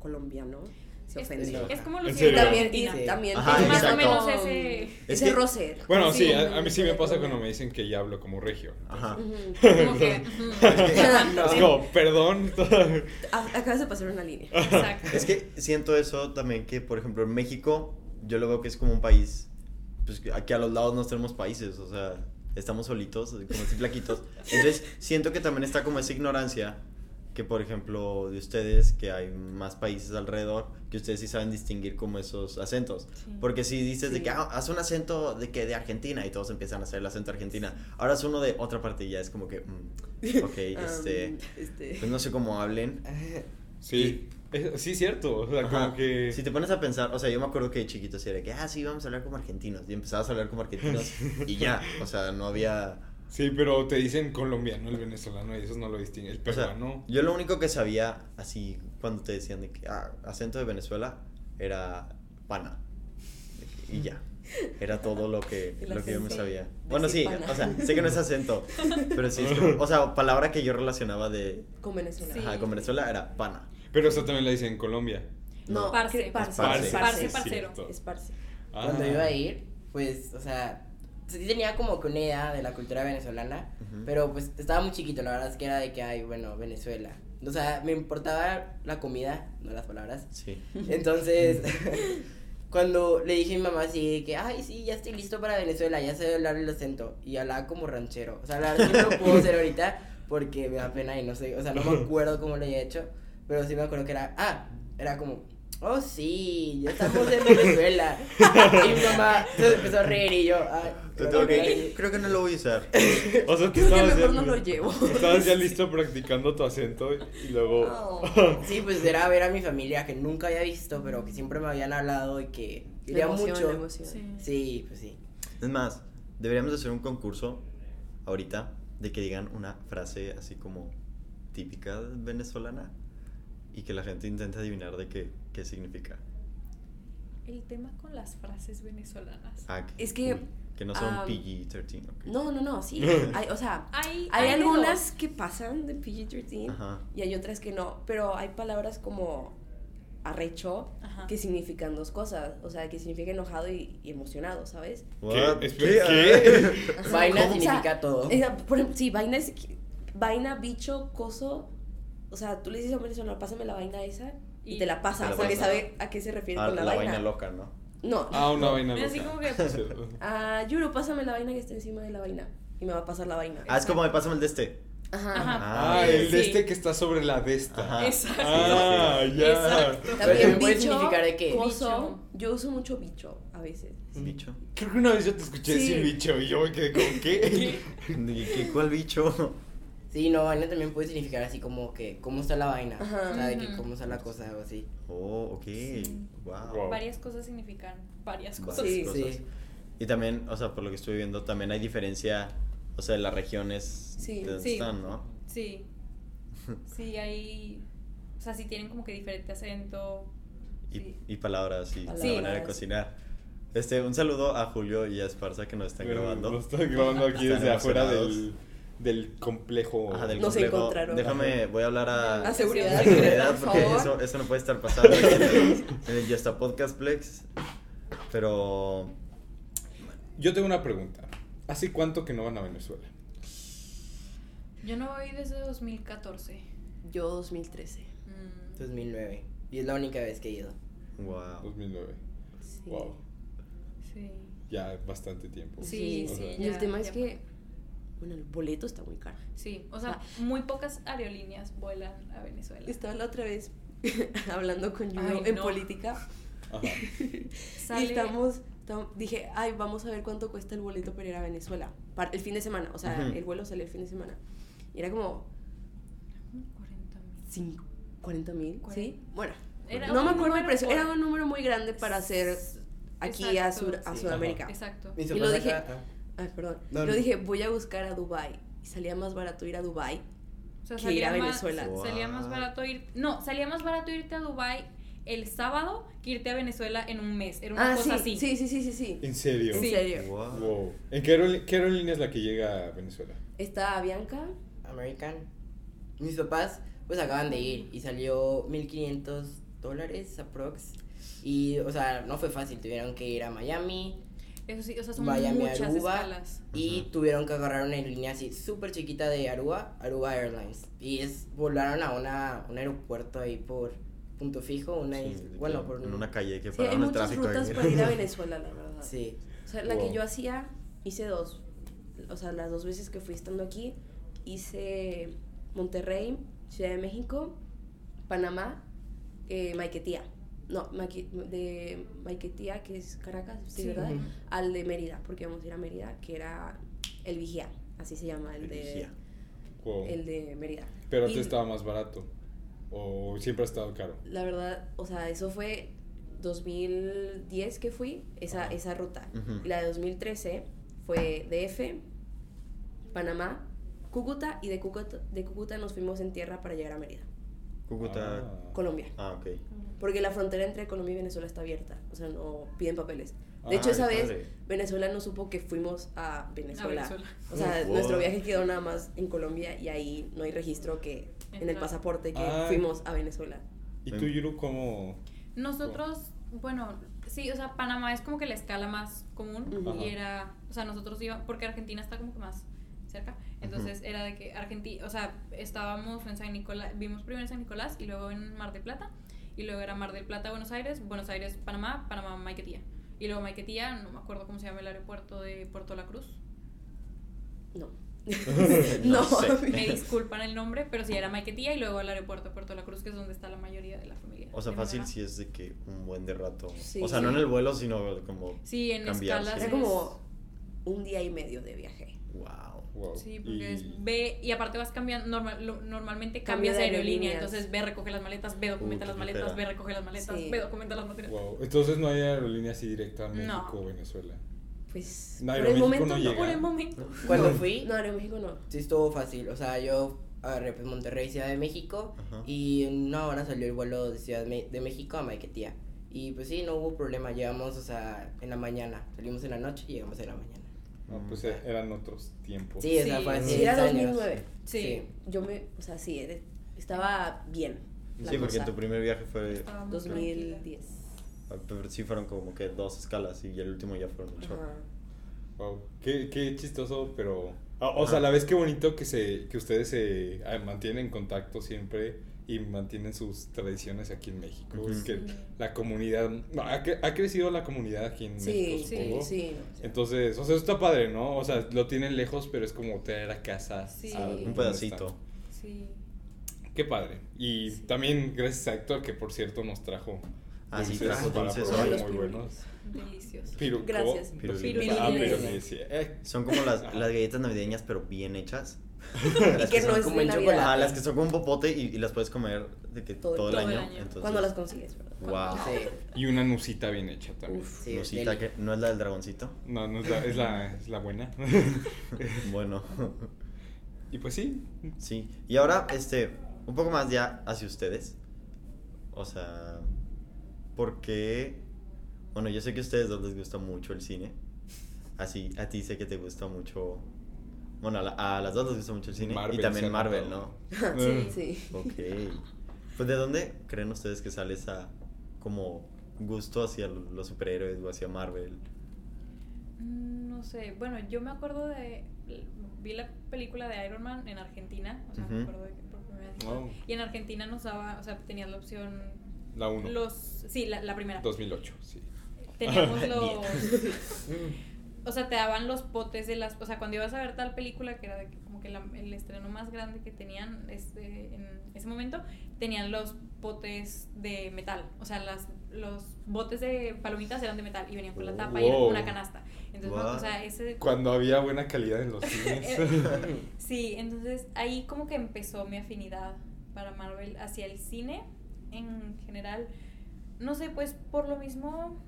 Speaker 5: colombiano, se
Speaker 3: Es,
Speaker 5: ofende.
Speaker 3: es como
Speaker 1: ¿En
Speaker 3: Lucía
Speaker 1: serio?
Speaker 5: Y también, y
Speaker 3: Argentina.
Speaker 4: Sí.
Speaker 5: también
Speaker 2: Ajá,
Speaker 5: tiene
Speaker 3: más
Speaker 2: exacto.
Speaker 3: o menos ese.
Speaker 2: Es
Speaker 5: ese
Speaker 2: que-
Speaker 5: roce.
Speaker 1: Bueno,
Speaker 3: Sí, Ah,
Speaker 1: sí, a,
Speaker 5: con
Speaker 1: a mí sí me pasa cuando
Speaker 5: Colombia.
Speaker 1: me dicen que ya hablo como regio.
Speaker 2: Ajá.
Speaker 5: Ujú.
Speaker 3: Como que. ujú.
Speaker 1: [LAUGHS] Es como, perdón. [LAUGHS]
Speaker 5: A- ah, Acabas de pasar una línea.
Speaker 3: Exacto.
Speaker 2: Es que siento eso también que, por ejemplo, en México, yo lo veo que es como un país, pues que aquí a los lados no tenemos países, o sea, estamos solitos, como así flaquitos. Entonces, siento que también está como esa ignorancia que, por ejemplo, de ustedes, que hay más países alrededor, que ustedes sí saben distinguir como esos acentos.
Speaker 3: Sí.
Speaker 2: Porque si dices de
Speaker 5: Sí.
Speaker 2: que ah, haz un acento de que de Argentina y todos empiezan a hacer el acento argentina, ahora es uno de otra parte y ya es como que, mm,
Speaker 5: [LAUGHS]
Speaker 2: ok, este,
Speaker 5: Um, este,
Speaker 2: pues no sé cómo hablen.
Speaker 1: Sí, es- sí, cierto. O sea, como
Speaker 2: Ajá.
Speaker 1: que...
Speaker 2: Si te pones a pensar, o sea, yo me acuerdo que de chiquito sí era que, ah, sí, vamos a hablar como argentinos. Y empezabas a hablar como argentinos y ya, o sea, no había...
Speaker 1: Sí, pero te dicen colombiano, el venezolano, y eso no lo distingue. El
Speaker 2: O sea,
Speaker 1: peruano.
Speaker 2: yo lo único que sabía, así, cuando te decían de que, ah, acento de Venezuela, era pana. De que- Y ya. Era todo lo que,
Speaker 5: [LAUGHS] El
Speaker 2: lo que yo me
Speaker 5: acento.
Speaker 2: sabía.
Speaker 5: Decir
Speaker 2: Bueno, sí,
Speaker 5: pana.
Speaker 2: o sea, sé que no es acento, pero sí, es como- o sea, palabra que yo relacionaba de,
Speaker 5: con Venezuela.
Speaker 3: Sí.
Speaker 2: ajá, con Venezuela era pana.
Speaker 1: Pero eso también la dicen en Colombia.
Speaker 5: No,
Speaker 3: Parce.
Speaker 5: que- parce.
Speaker 2: Parce.
Speaker 3: Parce,
Speaker 1: es
Speaker 3: parcero.
Speaker 1: cierto.
Speaker 5: Es parce.
Speaker 1: Ah.
Speaker 4: Cuando iba a ir, pues, o sea, sí tenía como que una idea de la cultura venezolana,
Speaker 2: Ujú.
Speaker 4: pero pues estaba muy chiquito, la verdad es que era de que, ay, bueno, Venezuela. O sea, me importaba la comida, no las palabras.
Speaker 2: Sí.
Speaker 4: Entonces, [LAUGHS] cuando le dije a mi mamá así de que, ay, sí, ya estoy listo para Venezuela, ya sé hablar el acento, y hablaba como ranchero. O sea, la verdad sí no lo puedo hacer ahorita porque me da pena y no sé, o sea, no me acuerdo cómo lo había hecho, pero sí me acuerdo que era, ah, era como, oh, sí, ya estamos en Venezuela. y mi mamá se empezó a reír y yo, ay,
Speaker 2: Te
Speaker 4: creo
Speaker 2: tengo
Speaker 4: que
Speaker 2: que- creo que no lo voy a usar.
Speaker 1: O sea, tú
Speaker 5: Creo que
Speaker 1: estabas
Speaker 5: mejor
Speaker 1: ya,
Speaker 5: no lo llevo.
Speaker 1: Estabas ya listo practicando tu acento y luego.
Speaker 4: [LAUGHS]
Speaker 5: Oh.
Speaker 4: Sí, pues era ver a mi familia que nunca había visto, pero que siempre me habían hablado y que
Speaker 5: La
Speaker 4: quería
Speaker 5: emoción,
Speaker 4: mucho.
Speaker 5: la emoción.
Speaker 4: Sí, pues sí.
Speaker 2: Es más, deberíamos hacer un concurso ahorita de que digan una frase así como típica venezolana y que la gente intente adivinar de qué, qué significa.
Speaker 3: El tema con las frases venezolanas.
Speaker 2: Ah,
Speaker 5: Es que,
Speaker 2: que no son
Speaker 5: um,
Speaker 2: PG-13. ok.
Speaker 5: No, no, no, sí. Hay, o sea,
Speaker 3: Hay,
Speaker 5: hay
Speaker 3: de
Speaker 5: algunas
Speaker 3: dos.
Speaker 5: que pasan de PG-13
Speaker 2: Ajá.
Speaker 5: y hay otras que no, pero hay palabras como arrecho
Speaker 3: Ajá.
Speaker 5: que significan dos cosas, o sea, que significa enojado y, y emocionado, ¿sabes?
Speaker 2: What? [LAUGHS] Ah,
Speaker 1: Espera,
Speaker 2: ¿Qué?
Speaker 5: Ajá.
Speaker 4: Vaina
Speaker 5: ¿Cómo?
Speaker 4: significa
Speaker 5: O sea,
Speaker 2: Oh.
Speaker 4: todo.
Speaker 5: esa- por ejemplo, sí, vaina es vaina, bicho, coso. O sea, tú le dices a un venezolano, pásame la vaina esa y,
Speaker 3: Y-
Speaker 5: te la pasa,
Speaker 2: Te la
Speaker 5: porque
Speaker 2: pasa.
Speaker 5: sabe a qué se refiere
Speaker 2: Ah,
Speaker 5: con
Speaker 2: la,
Speaker 5: la,
Speaker 2: vaina loca, ¿no?
Speaker 5: No.
Speaker 1: Ah, una vaina loca.
Speaker 3: Así como que-
Speaker 1: Sí.
Speaker 5: Ah, Yuro, pásame la vaina que está encima de la vaina y me va a pasar la vaina.
Speaker 2: Ah, es como, pásame el de este.
Speaker 5: Ajá.
Speaker 3: Ajá.
Speaker 1: Ah, el de
Speaker 3: Sí.
Speaker 1: este que está sobre la de esta.
Speaker 2: Ajá.
Speaker 3: Exacto.
Speaker 1: Ah, ya.
Speaker 3: Exacto.
Speaker 4: También
Speaker 5: También
Speaker 4: puede
Speaker 5: bicho,
Speaker 4: significar de que-
Speaker 5: coso.
Speaker 3: Bicho.
Speaker 5: Yo uso mucho bicho a veces.
Speaker 2: Bicho.
Speaker 1: Creo que una vez yo te escuché
Speaker 5: Sí.
Speaker 1: decir bicho y yo me quedé como, ¿qué?
Speaker 2: ¿Y qué- ¿Cuál bicho? [LAUGHS]
Speaker 4: Sí, no, vaina también puede significar así como que cómo está la vaina.
Speaker 5: Ajá.
Speaker 4: O sea, de que
Speaker 3: Ujú.
Speaker 4: cómo está la cosa o así.
Speaker 2: Oh, ok.
Speaker 3: Sí.
Speaker 1: Wow.
Speaker 3: Varias cosas significan varias
Speaker 2: varias
Speaker 3: cosas.
Speaker 5: Sí.
Speaker 2: cosas.
Speaker 4: Sí.
Speaker 2: Y también, o sea, por lo que estuve viendo, también hay diferencia, o sea, de las regiones
Speaker 5: Sí.
Speaker 2: de donde
Speaker 3: Sí.
Speaker 2: están, ¿no?
Speaker 5: [LAUGHS]
Speaker 3: Sí. Sí, hay. O sea, sí tienen como que diferente acento.
Speaker 2: Y,
Speaker 3: Sí.
Speaker 2: y palabras y la
Speaker 5: Palabras.
Speaker 2: manera de cocinar. Este, un saludo a Julio y a Esparza que nos están
Speaker 1: Lo
Speaker 2: grabando.
Speaker 1: están grabando aquí
Speaker 2: Están
Speaker 1: desde afuera del,
Speaker 2: emocionados.
Speaker 1: del complejo.
Speaker 2: Ajá, del
Speaker 5: Nos
Speaker 2: complejo.
Speaker 5: encontraron.
Speaker 2: Déjame, voy a hablar a,
Speaker 5: A seguridad.
Speaker 2: seguridad,
Speaker 5: Por
Speaker 2: porque
Speaker 5: favor.
Speaker 2: eso, eso no puede estar
Speaker 5: [LAUGHS]
Speaker 2: pasando en el- en el Just a Podcast Plex. Pero
Speaker 1: Yo tengo una pregunta. ¿Hace cuánto que no van a Venezuela?
Speaker 3: Yo no voy desde 2014.
Speaker 5: Yo 2013.
Speaker 3: Mm.
Speaker 4: 2009. Y es la única vez que he ido.
Speaker 2: wow.
Speaker 1: 2009.
Speaker 5: Sí.
Speaker 1: Wow.
Speaker 3: Sí.
Speaker 1: Ya bastante tiempo.
Speaker 3: Sí,
Speaker 5: Sí,
Speaker 3: sí.
Speaker 1: sí.
Speaker 5: Y el
Speaker 3: ya-
Speaker 5: tema es
Speaker 3: ya
Speaker 5: que, bueno, el boleto está muy caro.
Speaker 3: Sí, o
Speaker 5: ah.
Speaker 3: sea, muy pocas aerolíneas vuelan a Venezuela.
Speaker 5: Estaba la otra vez [LAUGHS] hablando con Yuro
Speaker 3: Ay,
Speaker 5: en
Speaker 3: no.
Speaker 5: política
Speaker 1: Ajá.
Speaker 5: Y
Speaker 3: Sale-
Speaker 5: estamos, tam- dije, ay, vamos a ver cuánto cuesta el boleto para ir a Venezuela. Para el fin de semana, o sea,
Speaker 2: Ujú.
Speaker 5: el vuelo sale el fin de semana. Y era como
Speaker 3: 40 mil.
Speaker 5: 40 mil, ¿sí?
Speaker 3: Cuaren-
Speaker 5: Bueno,
Speaker 3: Era
Speaker 5: no
Speaker 3: un
Speaker 5: me acuerdo el
Speaker 3: número
Speaker 5: precio,
Speaker 3: por-
Speaker 5: era un número muy grande para hacer aquí a,
Speaker 3: Exacto,
Speaker 5: Sur- a
Speaker 4: sí.
Speaker 5: Sudamérica.
Speaker 3: Exacto.
Speaker 4: Mis
Speaker 5: Y lo
Speaker 4: papás
Speaker 5: dije-
Speaker 4: acá, ah.
Speaker 5: Ay, perdón.
Speaker 4: No,
Speaker 5: Yo
Speaker 4: no.
Speaker 5: dije, voy a buscar a Dubai Y salía más barato ir a Dubai
Speaker 3: O sea,
Speaker 5: que ir a
Speaker 3: salía
Speaker 5: Venezuela.
Speaker 3: Más, Salía más
Speaker 2: Wow.
Speaker 3: barato ir. No, salía más barato irte a Dubai el sábado que irte a Venezuela en un mes. Era una
Speaker 5: Ah, sí,
Speaker 3: cosa así.
Speaker 5: sí, sí, sí, sí, sí.
Speaker 1: ¿En serio?
Speaker 5: En serio.
Speaker 2: Wow.
Speaker 1: Wow. ¿En qué, aerol- qué aerolínea es la que llega a Venezuela?
Speaker 5: Está Bianca.
Speaker 4: American. Mis papás pues acaban de ir y salió 1500 dólares aprox. Y o sea, no fue fácil, tuvieron que ir a Miami
Speaker 3: Eso sí, o sea, son
Speaker 4: Miami,
Speaker 3: muchas
Speaker 4: Aruba.
Speaker 3: escalas.
Speaker 4: y
Speaker 2: Ujú.
Speaker 4: tuvieron que agarrar una línea así súper chiquita de Aruba, Aruba Airlines. Y es volaron a una, un aeropuerto ahí por punto fijo, una
Speaker 2: Sí,
Speaker 4: is-
Speaker 2: de que
Speaker 4: bueno, por
Speaker 2: en una calle que
Speaker 5: Sí, hay
Speaker 2: pararon el
Speaker 5: muchas
Speaker 2: tráfico. [LAUGHS]
Speaker 5: rutas
Speaker 2: ahí.
Speaker 5: para ir a Venezuela, la verdad.
Speaker 4: Sí.
Speaker 5: O sea, la
Speaker 1: Wow.
Speaker 5: que yo hacía, hice dos. O sea, las dos veces que fui estando aquí, hice Monterrey, Ciudad de México, Panamá, eh, Maiquetía. No, Maqui- de Maiquetía, que es Caracas, sí,
Speaker 3: Sí.
Speaker 5: ¿verdad?
Speaker 4: Ujú.
Speaker 5: Al de Mérida, porque íbamos a ir a Mérida, que era el Vigía, así se llama, el,
Speaker 2: El
Speaker 5: de,
Speaker 2: vigía.
Speaker 1: Wow.
Speaker 5: el de Mérida.
Speaker 1: Pero
Speaker 5: Y-
Speaker 1: antes estaba más barato. ¿O siempre ha estado caro?
Speaker 5: La verdad, o sea, eso fue 2010 que fui, esa,
Speaker 1: Ajá.
Speaker 5: esa ruta.
Speaker 2: Ujú.
Speaker 5: Y la de 2013 fue DF, Panamá, Cúcuta y de Cúcuta, de Cúcuta nos fuimos en tierra para llegar a Mérida,
Speaker 2: Cúcuta.
Speaker 1: Ah.
Speaker 5: Colombia.
Speaker 2: Ah, ok.
Speaker 5: Porque la frontera entre Colombia y Venezuela está abierta, o sea, no piden papeles. De hecho,
Speaker 1: Ay,
Speaker 5: esa vez
Speaker 2: Ah, padre.
Speaker 5: Venezuela no supo que fuimos a Venezuela.
Speaker 3: A Venezuela.
Speaker 5: O sea,
Speaker 2: Wow.
Speaker 5: nuestro viaje quedó nada más en Colombia y ahí no hay registro que en el
Speaker 3: Entra.
Speaker 5: pasaporte que
Speaker 2: Ah.
Speaker 1: Ay.
Speaker 5: fuimos a Venezuela.
Speaker 1: ¿Y tú, Yuru, cómo?
Speaker 3: Nosotros, bueno, sí, o sea, Panamá es como que la escala más común
Speaker 5: Ujú.
Speaker 3: y era, o sea, nosotros íbamos, porque Argentina está como que más cerca, entonces era de que Argentina, o sea, estábamos en San Nicolás, vimos primero en San Nicolás y luego en Mar del Plata, y luego era Mar del Plata, Buenos Aires, Buenos Aires, Panamá, Panamá, Maiquetía. Y luego Maiquetía, no me acuerdo cómo se llama el aeropuerto de Puerto La
Speaker 2: [LAUGHS]
Speaker 3: Cruz.
Speaker 5: No.
Speaker 2: No
Speaker 5: no. [LAUGHS]
Speaker 2: sé.
Speaker 3: Me [LAUGHS] disculpan el nombre, pero sí era Maiquetía y luego el aeropuerto de Puerto La Cruz, que es donde está la mayoría de la familia.
Speaker 2: O sea,
Speaker 3: de mi
Speaker 2: fácil
Speaker 3: mamá.
Speaker 2: si es de que un buen de rato.
Speaker 5: Sí.
Speaker 2: O sea, no en el vuelo, sino como.
Speaker 3: Sí, en
Speaker 2: cambiar,
Speaker 3: escalas.
Speaker 2: sí.
Speaker 5: Era
Speaker 3: es-
Speaker 5: como un día y medio de viaje.
Speaker 2: Wow.
Speaker 1: Wow.
Speaker 3: Sí, porque
Speaker 1: Y-
Speaker 3: es ve y aparte vas cambiando, normal, lo- normalmente
Speaker 5: Cambio
Speaker 3: cambias
Speaker 5: de
Speaker 3: de aerolínea,
Speaker 5: aerolíneas.
Speaker 3: entonces ve, recoge las maletas, ve, documenta
Speaker 2: qué
Speaker 3: las maletas,
Speaker 2: flojera.
Speaker 3: ve, recoge las maletas,
Speaker 5: Sí.
Speaker 3: ve, documenta las maletas.
Speaker 1: Wow. Entonces no hay aerolínea así directa a
Speaker 3: No.
Speaker 1: México o Venezuela.
Speaker 5: Pues
Speaker 1: No,
Speaker 5: por el
Speaker 1: Aeroméxico
Speaker 5: momento
Speaker 1: no
Speaker 5: no.
Speaker 1: llega.
Speaker 3: Por el
Speaker 4: [LAUGHS]
Speaker 3: momento.
Speaker 4: Cuando fui,
Speaker 5: No, Aeroméxico no.
Speaker 4: sí estuvo fácil, o sea, yo agarré pues Monterrey, Ciudad de México
Speaker 2: Ajá.
Speaker 4: y en una hora salió el vuelo de Ciudad Me- de México a Maiquetía. Y pues sí, no hubo problema, llegamos, o sea, en la mañana, salimos en la noche y llegamos en la mañana.
Speaker 1: No, pues e- eran otros tiempos.
Speaker 2: Pues
Speaker 4: Sí, o sea,
Speaker 3: Sí.
Speaker 4: fue hace
Speaker 5: Sí, era
Speaker 4: 10 años.
Speaker 5: 2009.
Speaker 3: Sí.
Speaker 5: Yo me, o sea, sí, era- estaba bien. la
Speaker 2: Sí, porque
Speaker 5: cosa.
Speaker 2: tu primer viaje fue.
Speaker 3: Estaba muy
Speaker 5: 2010.
Speaker 2: pero Sí, fueron como que dos escalas y el último ya fueron ocho.
Speaker 5: Ajá.
Speaker 1: Wow. Qué, qué chistoso, pero... O, o sea, a la vez qué bonito que, se, que ustedes se ah, mantienen en contacto siempre y mantienen sus tradiciones aquí en México.
Speaker 2: Ujú.
Speaker 1: Es que
Speaker 3: Sí.
Speaker 1: la comunidad... no, ha, cre- ha crecido la comunidad aquí en
Speaker 5: Sí,
Speaker 1: México,
Speaker 5: sí,
Speaker 1: supongo.
Speaker 5: sí.
Speaker 1: Entonces, o sea, eso está padre, ¿no? O sea, lo tienen lejos, pero es como traer a casa.
Speaker 3: Sí.
Speaker 1: a donde
Speaker 2: Un pedacito.
Speaker 1: están.
Speaker 3: tranquila. Sí.
Speaker 1: Qué padre. Y también gracias a Héctor, que por cierto nos trajo
Speaker 2: Ah, sí,
Speaker 1: dulces
Speaker 2: trajo
Speaker 1: para
Speaker 2: dulces
Speaker 1: probar
Speaker 2: hoy.
Speaker 1: muy buenos.
Speaker 3: Delicioso.
Speaker 1: Piruco.
Speaker 5: Gracias.
Speaker 1: Piruco.
Speaker 3: Pirulines.
Speaker 1: Ah, pirulines, sí. Eh,
Speaker 2: Son como las, las galletas navideñas, pero bien
Speaker 5: [LAUGHS]
Speaker 2: hechas.
Speaker 5: Y
Speaker 2: Las
Speaker 5: que
Speaker 2: son
Speaker 5: no es
Speaker 4: como
Speaker 5: de
Speaker 4: en
Speaker 5: Navidad.
Speaker 4: chocolate.
Speaker 2: Ah, las que son como un popote y, y las puedes comer de que todo,
Speaker 5: Todo-
Speaker 2: el
Speaker 3: todo el
Speaker 2: año.
Speaker 3: año.
Speaker 2: Entonces,
Speaker 5: Cuando las consigues, ¿verdad?
Speaker 2: Wow.
Speaker 4: Sí,
Speaker 1: Y una nucita bien hecha también.
Speaker 5: Uf.
Speaker 4: sí,
Speaker 2: Rosita,
Speaker 4: deli.
Speaker 2: que no es la del
Speaker 5: [LAUGHS]
Speaker 2: dragoncito.
Speaker 1: No, no es la, es la, es la
Speaker 2: [LAUGHS]
Speaker 1: buena.
Speaker 2: Bueno,
Speaker 1: y pues sí.
Speaker 2: sí. Y ahora, este, un poco más ya hacia ustedes. O sea, porque, bueno, yo sé que a ustedes dos les gusta mucho el cine. Así, a ti sé que te gusta mucho. Bueno, a, la- a las dos les gusta mucho el cine.
Speaker 1: Marvel,
Speaker 2: y también
Speaker 1: se
Speaker 2: Marvel,
Speaker 1: nota.
Speaker 2: ¿no?
Speaker 5: Ah,
Speaker 1: Mm. Eh,
Speaker 5: sí, sí.
Speaker 2: Ok. Pues de dónde creen ustedes que sale esa como gusto hacia los superhéroes o hacia Marvel?
Speaker 3: Mm, No sé, bueno, yo me acuerdo de. Vi la película de Iron Man en Argentina, o sea,
Speaker 2: Ujú.
Speaker 3: me acuerdo de que por primera vez.
Speaker 1: Wow.
Speaker 3: Y en Argentina nos daba, o sea, tenías la opción.
Speaker 1: La 1.
Speaker 3: Los. Sí, la, la primera.
Speaker 1: 2008, sí.
Speaker 3: Teníamos
Speaker 2: Bien.
Speaker 3: los.
Speaker 4: Mm,
Speaker 3: O sea, te daban los potes de las... O sea, cuando ibas a ver tal película, que era de que como que la- el estreno más grande que tenían este, en ese momento, tenían los potes de metal. O sea, las, los botes de palomitas eran de metal y venían con la tapa y
Speaker 1: Wow.
Speaker 3: era como una canasta. Entonces, no,
Speaker 2: Wow.
Speaker 3: o sea, ese...
Speaker 1: Cuando había buena calidad en
Speaker 3: [LAUGHS]
Speaker 1: los cines.
Speaker 3: Eh,
Speaker 1: [LAUGHS]
Speaker 3: Sí, entonces ahí como que empezó mi afinidad para Marvel hacia el cine en general. No sé, pues por lo mismo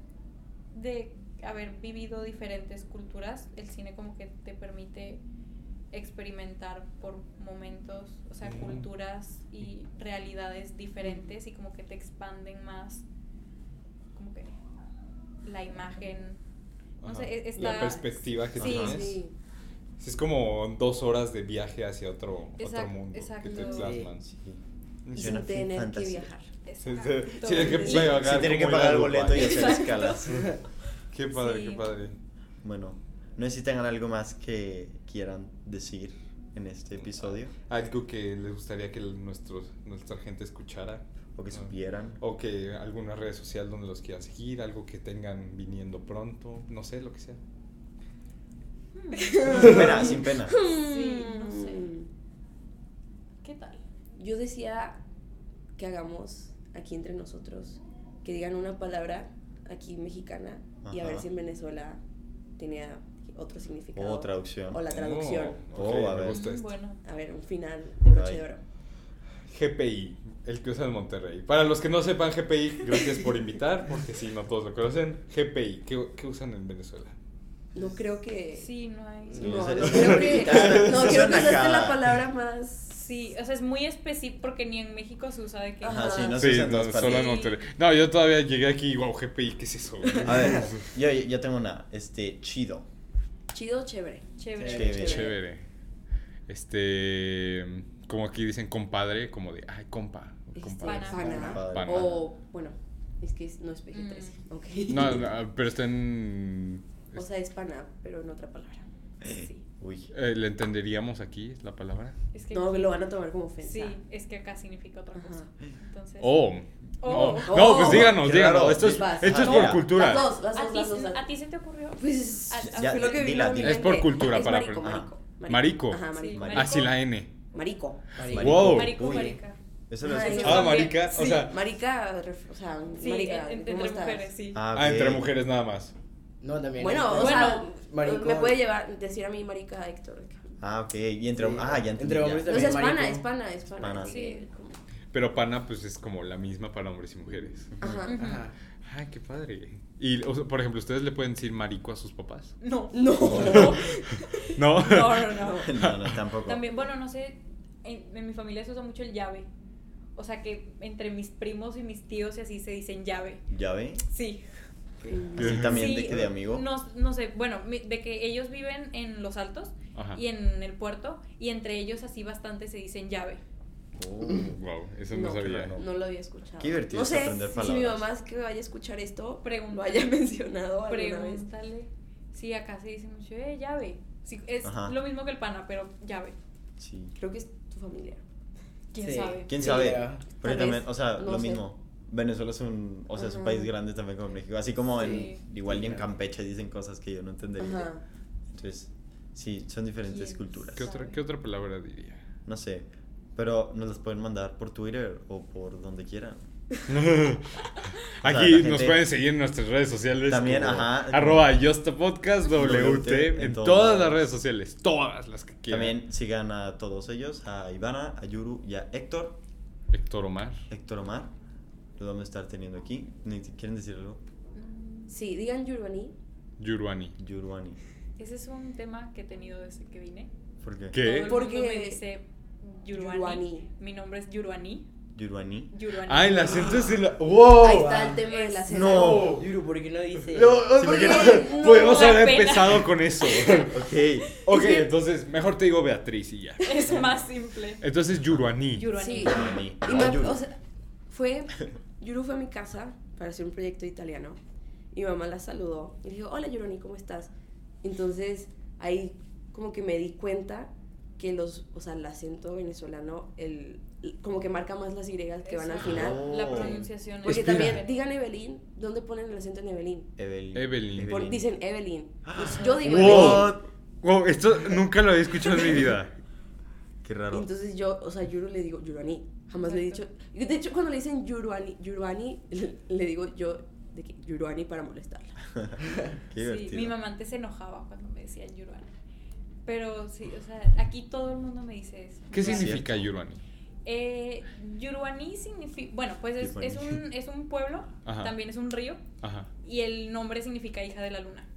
Speaker 3: de haber vivido diferentes culturas, el cine como que te permite experimentar por momentos, o sea,
Speaker 1: Ujú.
Speaker 3: culturas y realidades diferentes y como que te expanden más como que la imagen. No
Speaker 1: Ajá.
Speaker 3: sé, e- está...
Speaker 1: La perspectiva que
Speaker 3: sí,
Speaker 1: tienes.
Speaker 5: Sí.
Speaker 1: Sí, Es como dos horas de viaje hacia otro, otro
Speaker 3: Exacto,
Speaker 1: mundo
Speaker 3: exacto.
Speaker 1: que te plasman.
Speaker 2: Sí.
Speaker 5: Y
Speaker 2: Suena
Speaker 5: sin tener que
Speaker 2: fantasía.
Speaker 5: viajar.
Speaker 1: Sí,
Speaker 3: exacto.
Speaker 1: sí, sí, hay que
Speaker 3: Y-
Speaker 2: Sí,
Speaker 1: pagar,
Speaker 2: sí, tienen que
Speaker 1: como ir
Speaker 2: pagar
Speaker 1: a
Speaker 2: el boleto y
Speaker 1: Dubái.
Speaker 2: hacer
Speaker 3: Exacto.
Speaker 2: escalas.
Speaker 1: Qué padre,
Speaker 3: Sí.
Speaker 1: qué padre.
Speaker 2: Bueno, no sé si tengan algo más que quieran decir en este episodio
Speaker 1: Algo que les gustaría que nuestros, nuestra gente escuchara.
Speaker 2: o que
Speaker 1: Ah.
Speaker 2: supieran.
Speaker 1: O que alguna red social donde los quieran seguir, algo que tengan viniendo pronto, no sé, lo que sea.
Speaker 3: Hmm.
Speaker 2: Sin pena, sin pena.
Speaker 3: Sí, no
Speaker 5: Mm.
Speaker 3: sé. ¿Qué tal?
Speaker 5: Yo decía que hagamos aquí entre nosotros, que digan una palabra aquí mexicana y a ver
Speaker 2: Ajá.
Speaker 5: si en Venezuela tenía otro significado.
Speaker 2: O traducción.
Speaker 5: O la traducción.
Speaker 1: Oh,
Speaker 2: Oh, a
Speaker 1: a
Speaker 2: ver.
Speaker 1: ver.
Speaker 3: Mm, Bueno,
Speaker 5: A ver, un final de broche
Speaker 2: Ay.
Speaker 5: de oro.
Speaker 1: GPI, el que usan en Monterrey. Para los que no sepan GPI, gracias por invitar, porque si no todos lo conocen. GPI, ¿qué, qué usan en Venezuela?
Speaker 5: No creo que.
Speaker 3: sí, no hay.
Speaker 2: Sí,
Speaker 5: No,
Speaker 2: o sea,
Speaker 5: no
Speaker 2: es [LAUGHS]
Speaker 5: creo
Speaker 2: una
Speaker 5: que.
Speaker 2: riquita.
Speaker 5: No
Speaker 2: Es
Speaker 5: creo que
Speaker 2: una
Speaker 5: usaste
Speaker 2: cagada.
Speaker 5: la palabra más.
Speaker 3: Sí, o sea, es muy específico porque ni en México se usa de que.
Speaker 5: Ajá.
Speaker 2: Ajá, sí, no
Speaker 5: Ah,
Speaker 2: sé si en todas partes.
Speaker 3: solo en Monterrey.
Speaker 1: No, yo todavía llegué aquí y wow, GPI, ¿qué es eso?
Speaker 2: A ver, yo, yo tengo una, este, chido.
Speaker 5: Chido, chévere.
Speaker 3: Chévere.
Speaker 2: Chévere.
Speaker 1: Chévere. Este, como aquí dicen compadre, como de, ay, compa, compadre.
Speaker 5: Este, Pana.
Speaker 3: Pana.
Speaker 2: Pana.
Speaker 5: O, bueno, es que es- no es PG-13.
Speaker 3: Mm.
Speaker 5: Ok.
Speaker 1: No, no, pero está en...
Speaker 5: O sea, es pana, pero en otra palabra.
Speaker 3: Sí.
Speaker 2: Uy.
Speaker 1: eh, ¿Le entenderíamos aquí la palabra?
Speaker 3: Es que
Speaker 5: No,
Speaker 3: aquí-
Speaker 5: lo van a tomar como ofensa.
Speaker 3: Sí, es que acá significa otra
Speaker 5: Ajá.
Speaker 3: cosa. Entonces.
Speaker 1: Oh.
Speaker 3: Oh.
Speaker 1: No, no, pues
Speaker 5: Oh.
Speaker 1: díganos,
Speaker 2: Qué raro.
Speaker 1: díganos. Esto es,
Speaker 5: Vas.
Speaker 1: esto es
Speaker 2: Ajá.
Speaker 1: por
Speaker 2: Mira.
Speaker 1: cultura.
Speaker 5: Las dos, las
Speaker 3: ¿A
Speaker 5: dos,
Speaker 3: ti,
Speaker 5: las dos. las-
Speaker 3: ¿A ti se te ocurrió?
Speaker 5: Pues
Speaker 3: A- a-
Speaker 2: Ya,
Speaker 5: fue lo que vi
Speaker 2: dila,
Speaker 5: en mi
Speaker 2: dila.
Speaker 1: Es por
Speaker 5: mente.
Speaker 1: cultura
Speaker 5: Es
Speaker 1: para-
Speaker 5: marico,
Speaker 2: ah.
Speaker 5: marico,
Speaker 1: Marico.
Speaker 5: Ajá,
Speaker 3: Sí,
Speaker 5: marico.
Speaker 2: Marico.
Speaker 1: Ah, sí, la N.
Speaker 5: Marico.
Speaker 1: Wow.
Speaker 3: Marico,
Speaker 2: Uy.
Speaker 3: marica.
Speaker 2: Eso lo
Speaker 5: Ay,
Speaker 2: escuché.
Speaker 5: yo Ah, también.
Speaker 3: marica,
Speaker 5: Sí, marica, ref- o sea,
Speaker 3: Sí,
Speaker 5: marica,
Speaker 3: en-
Speaker 5: ¿cómo
Speaker 3: entre
Speaker 5: estás?
Speaker 3: mujeres, sí.
Speaker 1: Ah, entre
Speaker 2: ok.
Speaker 1: mujeres nada más.
Speaker 4: No, también.
Speaker 5: Bueno, o
Speaker 4: Entonces,
Speaker 5: sea,
Speaker 4: marico.
Speaker 5: me puede llevar, decir a mí marica a Héctor.
Speaker 2: Ah, ok. Y entre,
Speaker 4: Sí.
Speaker 2: ah, ya entendí,
Speaker 4: Entre
Speaker 2: ya. [LAUGHS]
Speaker 4: hombres
Speaker 5: No, o sea, es
Speaker 4: Marico.
Speaker 5: pana, es pana, es pana.
Speaker 2: Pana.
Speaker 5: Sí.
Speaker 1: Pero pana, pues es como la misma para hombres y mujeres.
Speaker 5: Ajá.
Speaker 3: Ujú.
Speaker 4: Ajá.
Speaker 1: Ah, qué padre. Y, o sea, por ejemplo, ¿ustedes le pueden decir marico a sus papás? [LAUGHS]
Speaker 3: No.
Speaker 5: No.
Speaker 1: No.
Speaker 3: No, no, no.
Speaker 2: No, no, tampoco.
Speaker 3: También, bueno, no sé, en, en mi familia se usa mucho el llave. O sea que entre mis primos y mis tíos y así se dicen llave.
Speaker 2: ¿Ya ve?
Speaker 3: Sí.
Speaker 2: Así también de
Speaker 3: Sí,
Speaker 2: que de amigo.
Speaker 3: No, no sé, bueno, mi- de que ellos viven en Los Altos
Speaker 1: [LAUGHS] Ajá.
Speaker 3: y en el puerto y entre ellos así bastante se dicen llave.
Speaker 2: Oh.
Speaker 1: Wow, eso no,
Speaker 5: No,
Speaker 1: sabía.
Speaker 2: claro,
Speaker 5: No lo había escuchado.
Speaker 2: Qué divertido
Speaker 5: no
Speaker 2: es
Speaker 5: sé
Speaker 2: aprender
Speaker 5: si mi
Speaker 2: palabras.
Speaker 5: mamá es que vaya a escuchar esto,
Speaker 3: Pregunta.
Speaker 5: lo haya [LAUGHS] mencionado alguna vez.
Speaker 3: Pregúntale. Sí, acá se dice mucho, eh, llave. Sí, es
Speaker 2: Ajá.
Speaker 3: lo mismo que el pana, pero llave.
Speaker 2: Sí.
Speaker 5: Creo que es tu familia.
Speaker 3: ¿Quién
Speaker 4: Sí.
Speaker 3: sabe?
Speaker 2: ¿Quién
Speaker 4: Sí,
Speaker 2: sabe?
Speaker 4: ya.
Speaker 2: Pero
Speaker 5: Tal
Speaker 2: también,
Speaker 5: vez,
Speaker 2: o sea,
Speaker 5: no
Speaker 2: lo
Speaker 5: sé.
Speaker 2: mismo. Venezuela es un, o sea, es un
Speaker 5: Ajá.
Speaker 2: país grande también como México. Así como
Speaker 3: Sí.
Speaker 2: en, igual y en
Speaker 4: Claro.
Speaker 2: Campeche dicen cosas que yo no entendería.
Speaker 5: Ajá.
Speaker 2: Entonces, sí, son diferentes
Speaker 3: ¿Quién
Speaker 2: culturas.
Speaker 1: ¿Qué otra, ¿Qué otra palabra diría?
Speaker 2: No sé, pero nos las pueden mandar por Twitter o por donde quieran.
Speaker 1: [LAUGHS] Aquí
Speaker 2: la
Speaker 1: nos
Speaker 2: gente-
Speaker 1: pueden seguir en nuestras redes sociales.
Speaker 2: También,
Speaker 1: como
Speaker 2: ajá.
Speaker 1: Arroba YostaPodcast WT
Speaker 2: WT,
Speaker 1: en
Speaker 2: en
Speaker 1: todas
Speaker 2: todas.
Speaker 1: las redes sociales. Todas las que quieran.
Speaker 2: También sigan a todos ellos, a Ivana, a Yuru y a Héctor.
Speaker 1: Héctor Omar.
Speaker 2: Héctor Omar, lo vamos a estar teniendo aquí. Ni- ¿Quieren decir algo?
Speaker 3: Mm,
Speaker 5: Sí, digan Yurbani.
Speaker 1: Yuruani.
Speaker 2: Yuruani.
Speaker 3: Ese es un tema que he tenido desde que vine.
Speaker 2: ¿Por qué?
Speaker 1: ¿Qué?
Speaker 3: Todo el mundo
Speaker 5: Porque-
Speaker 3: me dice Yuruani.
Speaker 5: Yuruani.
Speaker 3: Mi nombre es Yuruani.
Speaker 2: Yuruani.
Speaker 3: Yuruani.
Speaker 1: Ah, el acento es el. ¡Wow!
Speaker 5: Ahí está el tema de la cena.
Speaker 2: Oh, ah, No.
Speaker 4: Yuru, ¿por qué no dice?
Speaker 1: No, [LAUGHS] o sea,
Speaker 5: porque
Speaker 1: que-
Speaker 5: no-
Speaker 1: podemos
Speaker 3: no da
Speaker 1: haber
Speaker 3: pena.
Speaker 1: empezado con eso.
Speaker 2: Ok.
Speaker 1: ok, entonces, mejor te digo Beatriz y ya.
Speaker 3: [LAUGHS] Es más simple.
Speaker 1: Entonces, Yuruani.
Speaker 3: Yuruani.
Speaker 5: Sí.
Speaker 2: Yuruani.
Speaker 5: Y me-
Speaker 2: Ah, Yuru.
Speaker 5: o sea, fue. Yuru fue a mi casa para hacer un proyecto italiano. Y mi mamá la saludó y dijo: Hola Yuroni, ¿cómo estás? Entonces ahí como que me di cuenta que los, o sea, el acento venezolano, el, el- como que marca más las Y que van al
Speaker 3: Exacto.
Speaker 5: final.
Speaker 2: Oh.
Speaker 3: La pronunciación
Speaker 5: Porque
Speaker 1: Explica.
Speaker 5: también, digan Evelyn, ¿dónde ponen el acento en Evelyn?
Speaker 2: Evelyn.
Speaker 1: Evelyn.
Speaker 5: Por-
Speaker 2: Evelyn. Ah.
Speaker 5: dicen Evelyn. Pues yo digo Evelyn.
Speaker 1: Wow. Wow, esto nunca lo había escuchado en mi vida.
Speaker 2: Qué raro.
Speaker 5: Entonces yo, o sea, Yuru le digo Yuroni. Jamás le he dicho.
Speaker 3: Exacto.
Speaker 5: De hecho, cuando le dicen Yuruani, Yuruani, [LAUGHS] le digo yo de que Yuruani para molestarla.
Speaker 2: Qué divertido.
Speaker 3: Sí, mi mamá antes se enojaba cuando me decían Yuruani. Pero sí, o sea, aquí todo el mundo me dice eso.
Speaker 1: ¿Qué
Speaker 3: Yuruani.
Speaker 1: significa Yuruani?
Speaker 3: Eh, Yuruaní significa. Bueno, pues es,
Speaker 2: Yuruaní.
Speaker 3: es un, es un pueblo,
Speaker 1: Ajá.
Speaker 3: también es un río,
Speaker 1: Ajá.
Speaker 3: y el nombre significa hija de la luna.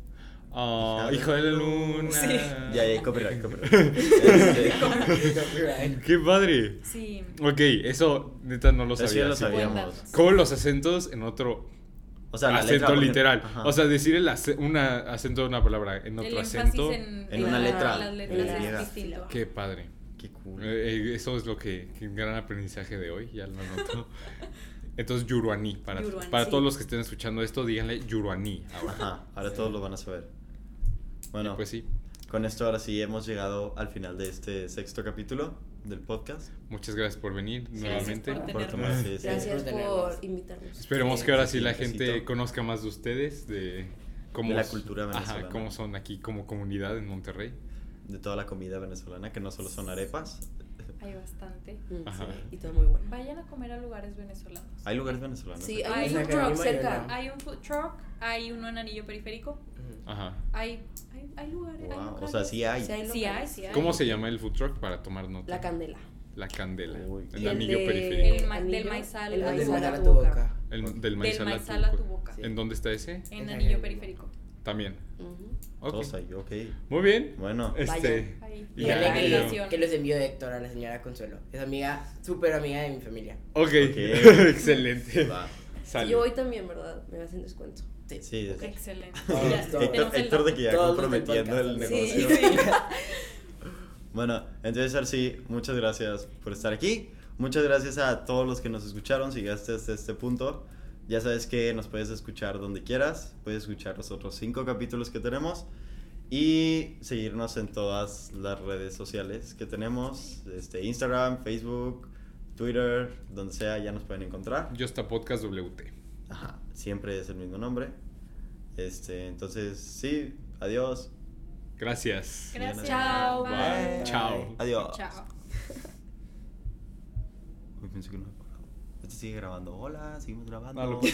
Speaker 1: Ah,
Speaker 2: Hija
Speaker 1: hijo de
Speaker 2: de
Speaker 1: la
Speaker 2: la
Speaker 1: luna.
Speaker 3: Sí.
Speaker 2: Ya, ya, copyright,
Speaker 1: [LAUGHS]
Speaker 2: copyright. Este,
Speaker 4: Copyright.
Speaker 1: Qué padre.
Speaker 3: Sí.
Speaker 1: Ok, eso neta no lo
Speaker 2: eso
Speaker 1: sabía.
Speaker 2: ya lo
Speaker 1: sí.
Speaker 2: sabíamos.
Speaker 3: Cuéntanos.
Speaker 1: ¿Cómo los acentos en otro
Speaker 2: O sea, la
Speaker 1: acento
Speaker 2: letra, por ejemplo.
Speaker 1: literal?
Speaker 2: Ajá.
Speaker 1: O sea, decir el ace- una acento de una palabra en
Speaker 3: El
Speaker 1: otro
Speaker 3: énfasis
Speaker 1: acento.
Speaker 3: en,
Speaker 2: en una
Speaker 3: la-
Speaker 2: letra.
Speaker 3: las
Speaker 2: En
Speaker 3: letras
Speaker 2: la
Speaker 3: es
Speaker 2: letra.
Speaker 3: distinto.
Speaker 1: Qué padre.
Speaker 2: qué cool.
Speaker 1: Eh, eh, eso es lo que, que un gran aprendizaje de hoy, ya lo
Speaker 3: [LAUGHS]
Speaker 1: noto. Entonces, Yuruaní. Para,
Speaker 3: Yuruaní,
Speaker 1: para
Speaker 3: sí.
Speaker 1: todos los que estén escuchando esto, díganle Yuruaní ahora.
Speaker 2: Ajá, ahora todos lo van a saber. Bueno,
Speaker 1: Y Pues sí,
Speaker 2: con esto ahora sí hemos llegado al final de este sexto capítulo del podcast.
Speaker 1: muchas gracias por venir
Speaker 3: Gracias
Speaker 1: nuevamente.
Speaker 3: por tenernos.
Speaker 2: Sí, sí.
Speaker 5: Gracias
Speaker 4: Por tenernos.
Speaker 5: por invitarnos.
Speaker 1: Esperemos que ahora sí
Speaker 2: Sí,
Speaker 1: la
Speaker 2: un besito.
Speaker 1: gente conozca más de ustedes, de cómo,
Speaker 2: De la
Speaker 1: s-
Speaker 2: cultura venezolana.
Speaker 1: Ajá, cómo son aquí como comunidad en Monterrey.
Speaker 2: De toda la comida venezolana, que no solo son arepas.
Speaker 3: Hay bastante.
Speaker 5: Mm,
Speaker 1: Ajá.
Speaker 5: sí, y todo muy bueno.
Speaker 3: Vayan a comer a lugares venezolanos.
Speaker 2: Hay lugares venezolanos.
Speaker 1: pues,
Speaker 5: Sí,
Speaker 3: Ay,
Speaker 5: hay un
Speaker 3: esa
Speaker 5: food truck
Speaker 4: que me
Speaker 5: cerca.
Speaker 2: Ah.
Speaker 4: imagino.
Speaker 3: Hay un food truck, hay uno en anillo periférico,
Speaker 1: Ajá.
Speaker 3: hay, hay, hay lugares. hay
Speaker 2: Wow, O
Speaker 3: locales.
Speaker 2: sea, sí hay.
Speaker 5: Sí hay.
Speaker 3: Sí hay, sí hay.
Speaker 1: ¿Cómo se llama el food truck para tomar nota?
Speaker 5: La candela.
Speaker 1: La candela.
Speaker 2: Uy.
Speaker 1: el
Speaker 5: Y el
Speaker 1: anillo
Speaker 5: de-
Speaker 1: periférico.
Speaker 3: El ma- del
Speaker 5: anillo-
Speaker 3: maizal.
Speaker 5: El
Speaker 3: Del
Speaker 4: Antes de
Speaker 5: maizal
Speaker 4: mandar
Speaker 5: a
Speaker 4: a tu boca.
Speaker 1: El, del maíz
Speaker 3: Del
Speaker 1: a la
Speaker 3: maizal a tu
Speaker 1: tuca.
Speaker 3: boca.
Speaker 4: Sí.
Speaker 1: ¿En dónde está ese?
Speaker 3: En
Speaker 4: Esa
Speaker 3: anillo
Speaker 4: es-
Speaker 3: periférico.
Speaker 1: También.
Speaker 5: Ujú.
Speaker 1: Ok.
Speaker 2: Todos hay, ok.
Speaker 1: Muy bien.
Speaker 2: Bueno,
Speaker 1: Este.
Speaker 5: Vayan.
Speaker 3: Ahí.
Speaker 1: Y
Speaker 4: Y
Speaker 1: ya,
Speaker 4: la que,
Speaker 1: ya.
Speaker 4: los- que los envió Héctor a la señora Consuelo. Es amiga, súper amiga de mi familia.
Speaker 1: Ok.
Speaker 2: Ok.
Speaker 1: [LAUGHS] Excelente.
Speaker 2: va.
Speaker 1: Sale.
Speaker 5: Y hoy también, ¿verdad? Me hacen descuento.
Speaker 4: Sí.
Speaker 2: Sí, es-
Speaker 3: Excelente.
Speaker 4: Todos,
Speaker 3: Ya,
Speaker 4: todos.
Speaker 2: Héctor,
Speaker 3: tenemos el
Speaker 2: Héctor de que ya
Speaker 4: Todos los del
Speaker 2: comprometiendo el
Speaker 4: podcast.
Speaker 2: negocio.
Speaker 5: Sí.
Speaker 2: Bueno, entonces Arsi, muchas gracias por estar aquí. Muchas gracias a todos los que nos escucharon, si llegaste hasta este punto. Ya sabes que nos puedes escuchar donde quieras, puedes escuchar los otros cinco capítulos que tenemos y seguirnos en todas las redes sociales que tenemos, este, Instagram, Facebook, Twitter, donde sea, ya nos pueden encontrar.
Speaker 1: Yo está podcast WT.
Speaker 2: Ajá, siempre es el mismo nombre. Este, entonces, sí, adiós.
Speaker 1: Gracias.
Speaker 3: Gracias.
Speaker 2: Chao,
Speaker 3: Chao.
Speaker 1: bye.
Speaker 3: Bye.
Speaker 1: Chao.
Speaker 2: Adiós.
Speaker 3: Chao.
Speaker 2: Uy, pensé que no me acordaba. Este sigue grabando. Hola, seguimos grabando.
Speaker 1: Ah, lo que-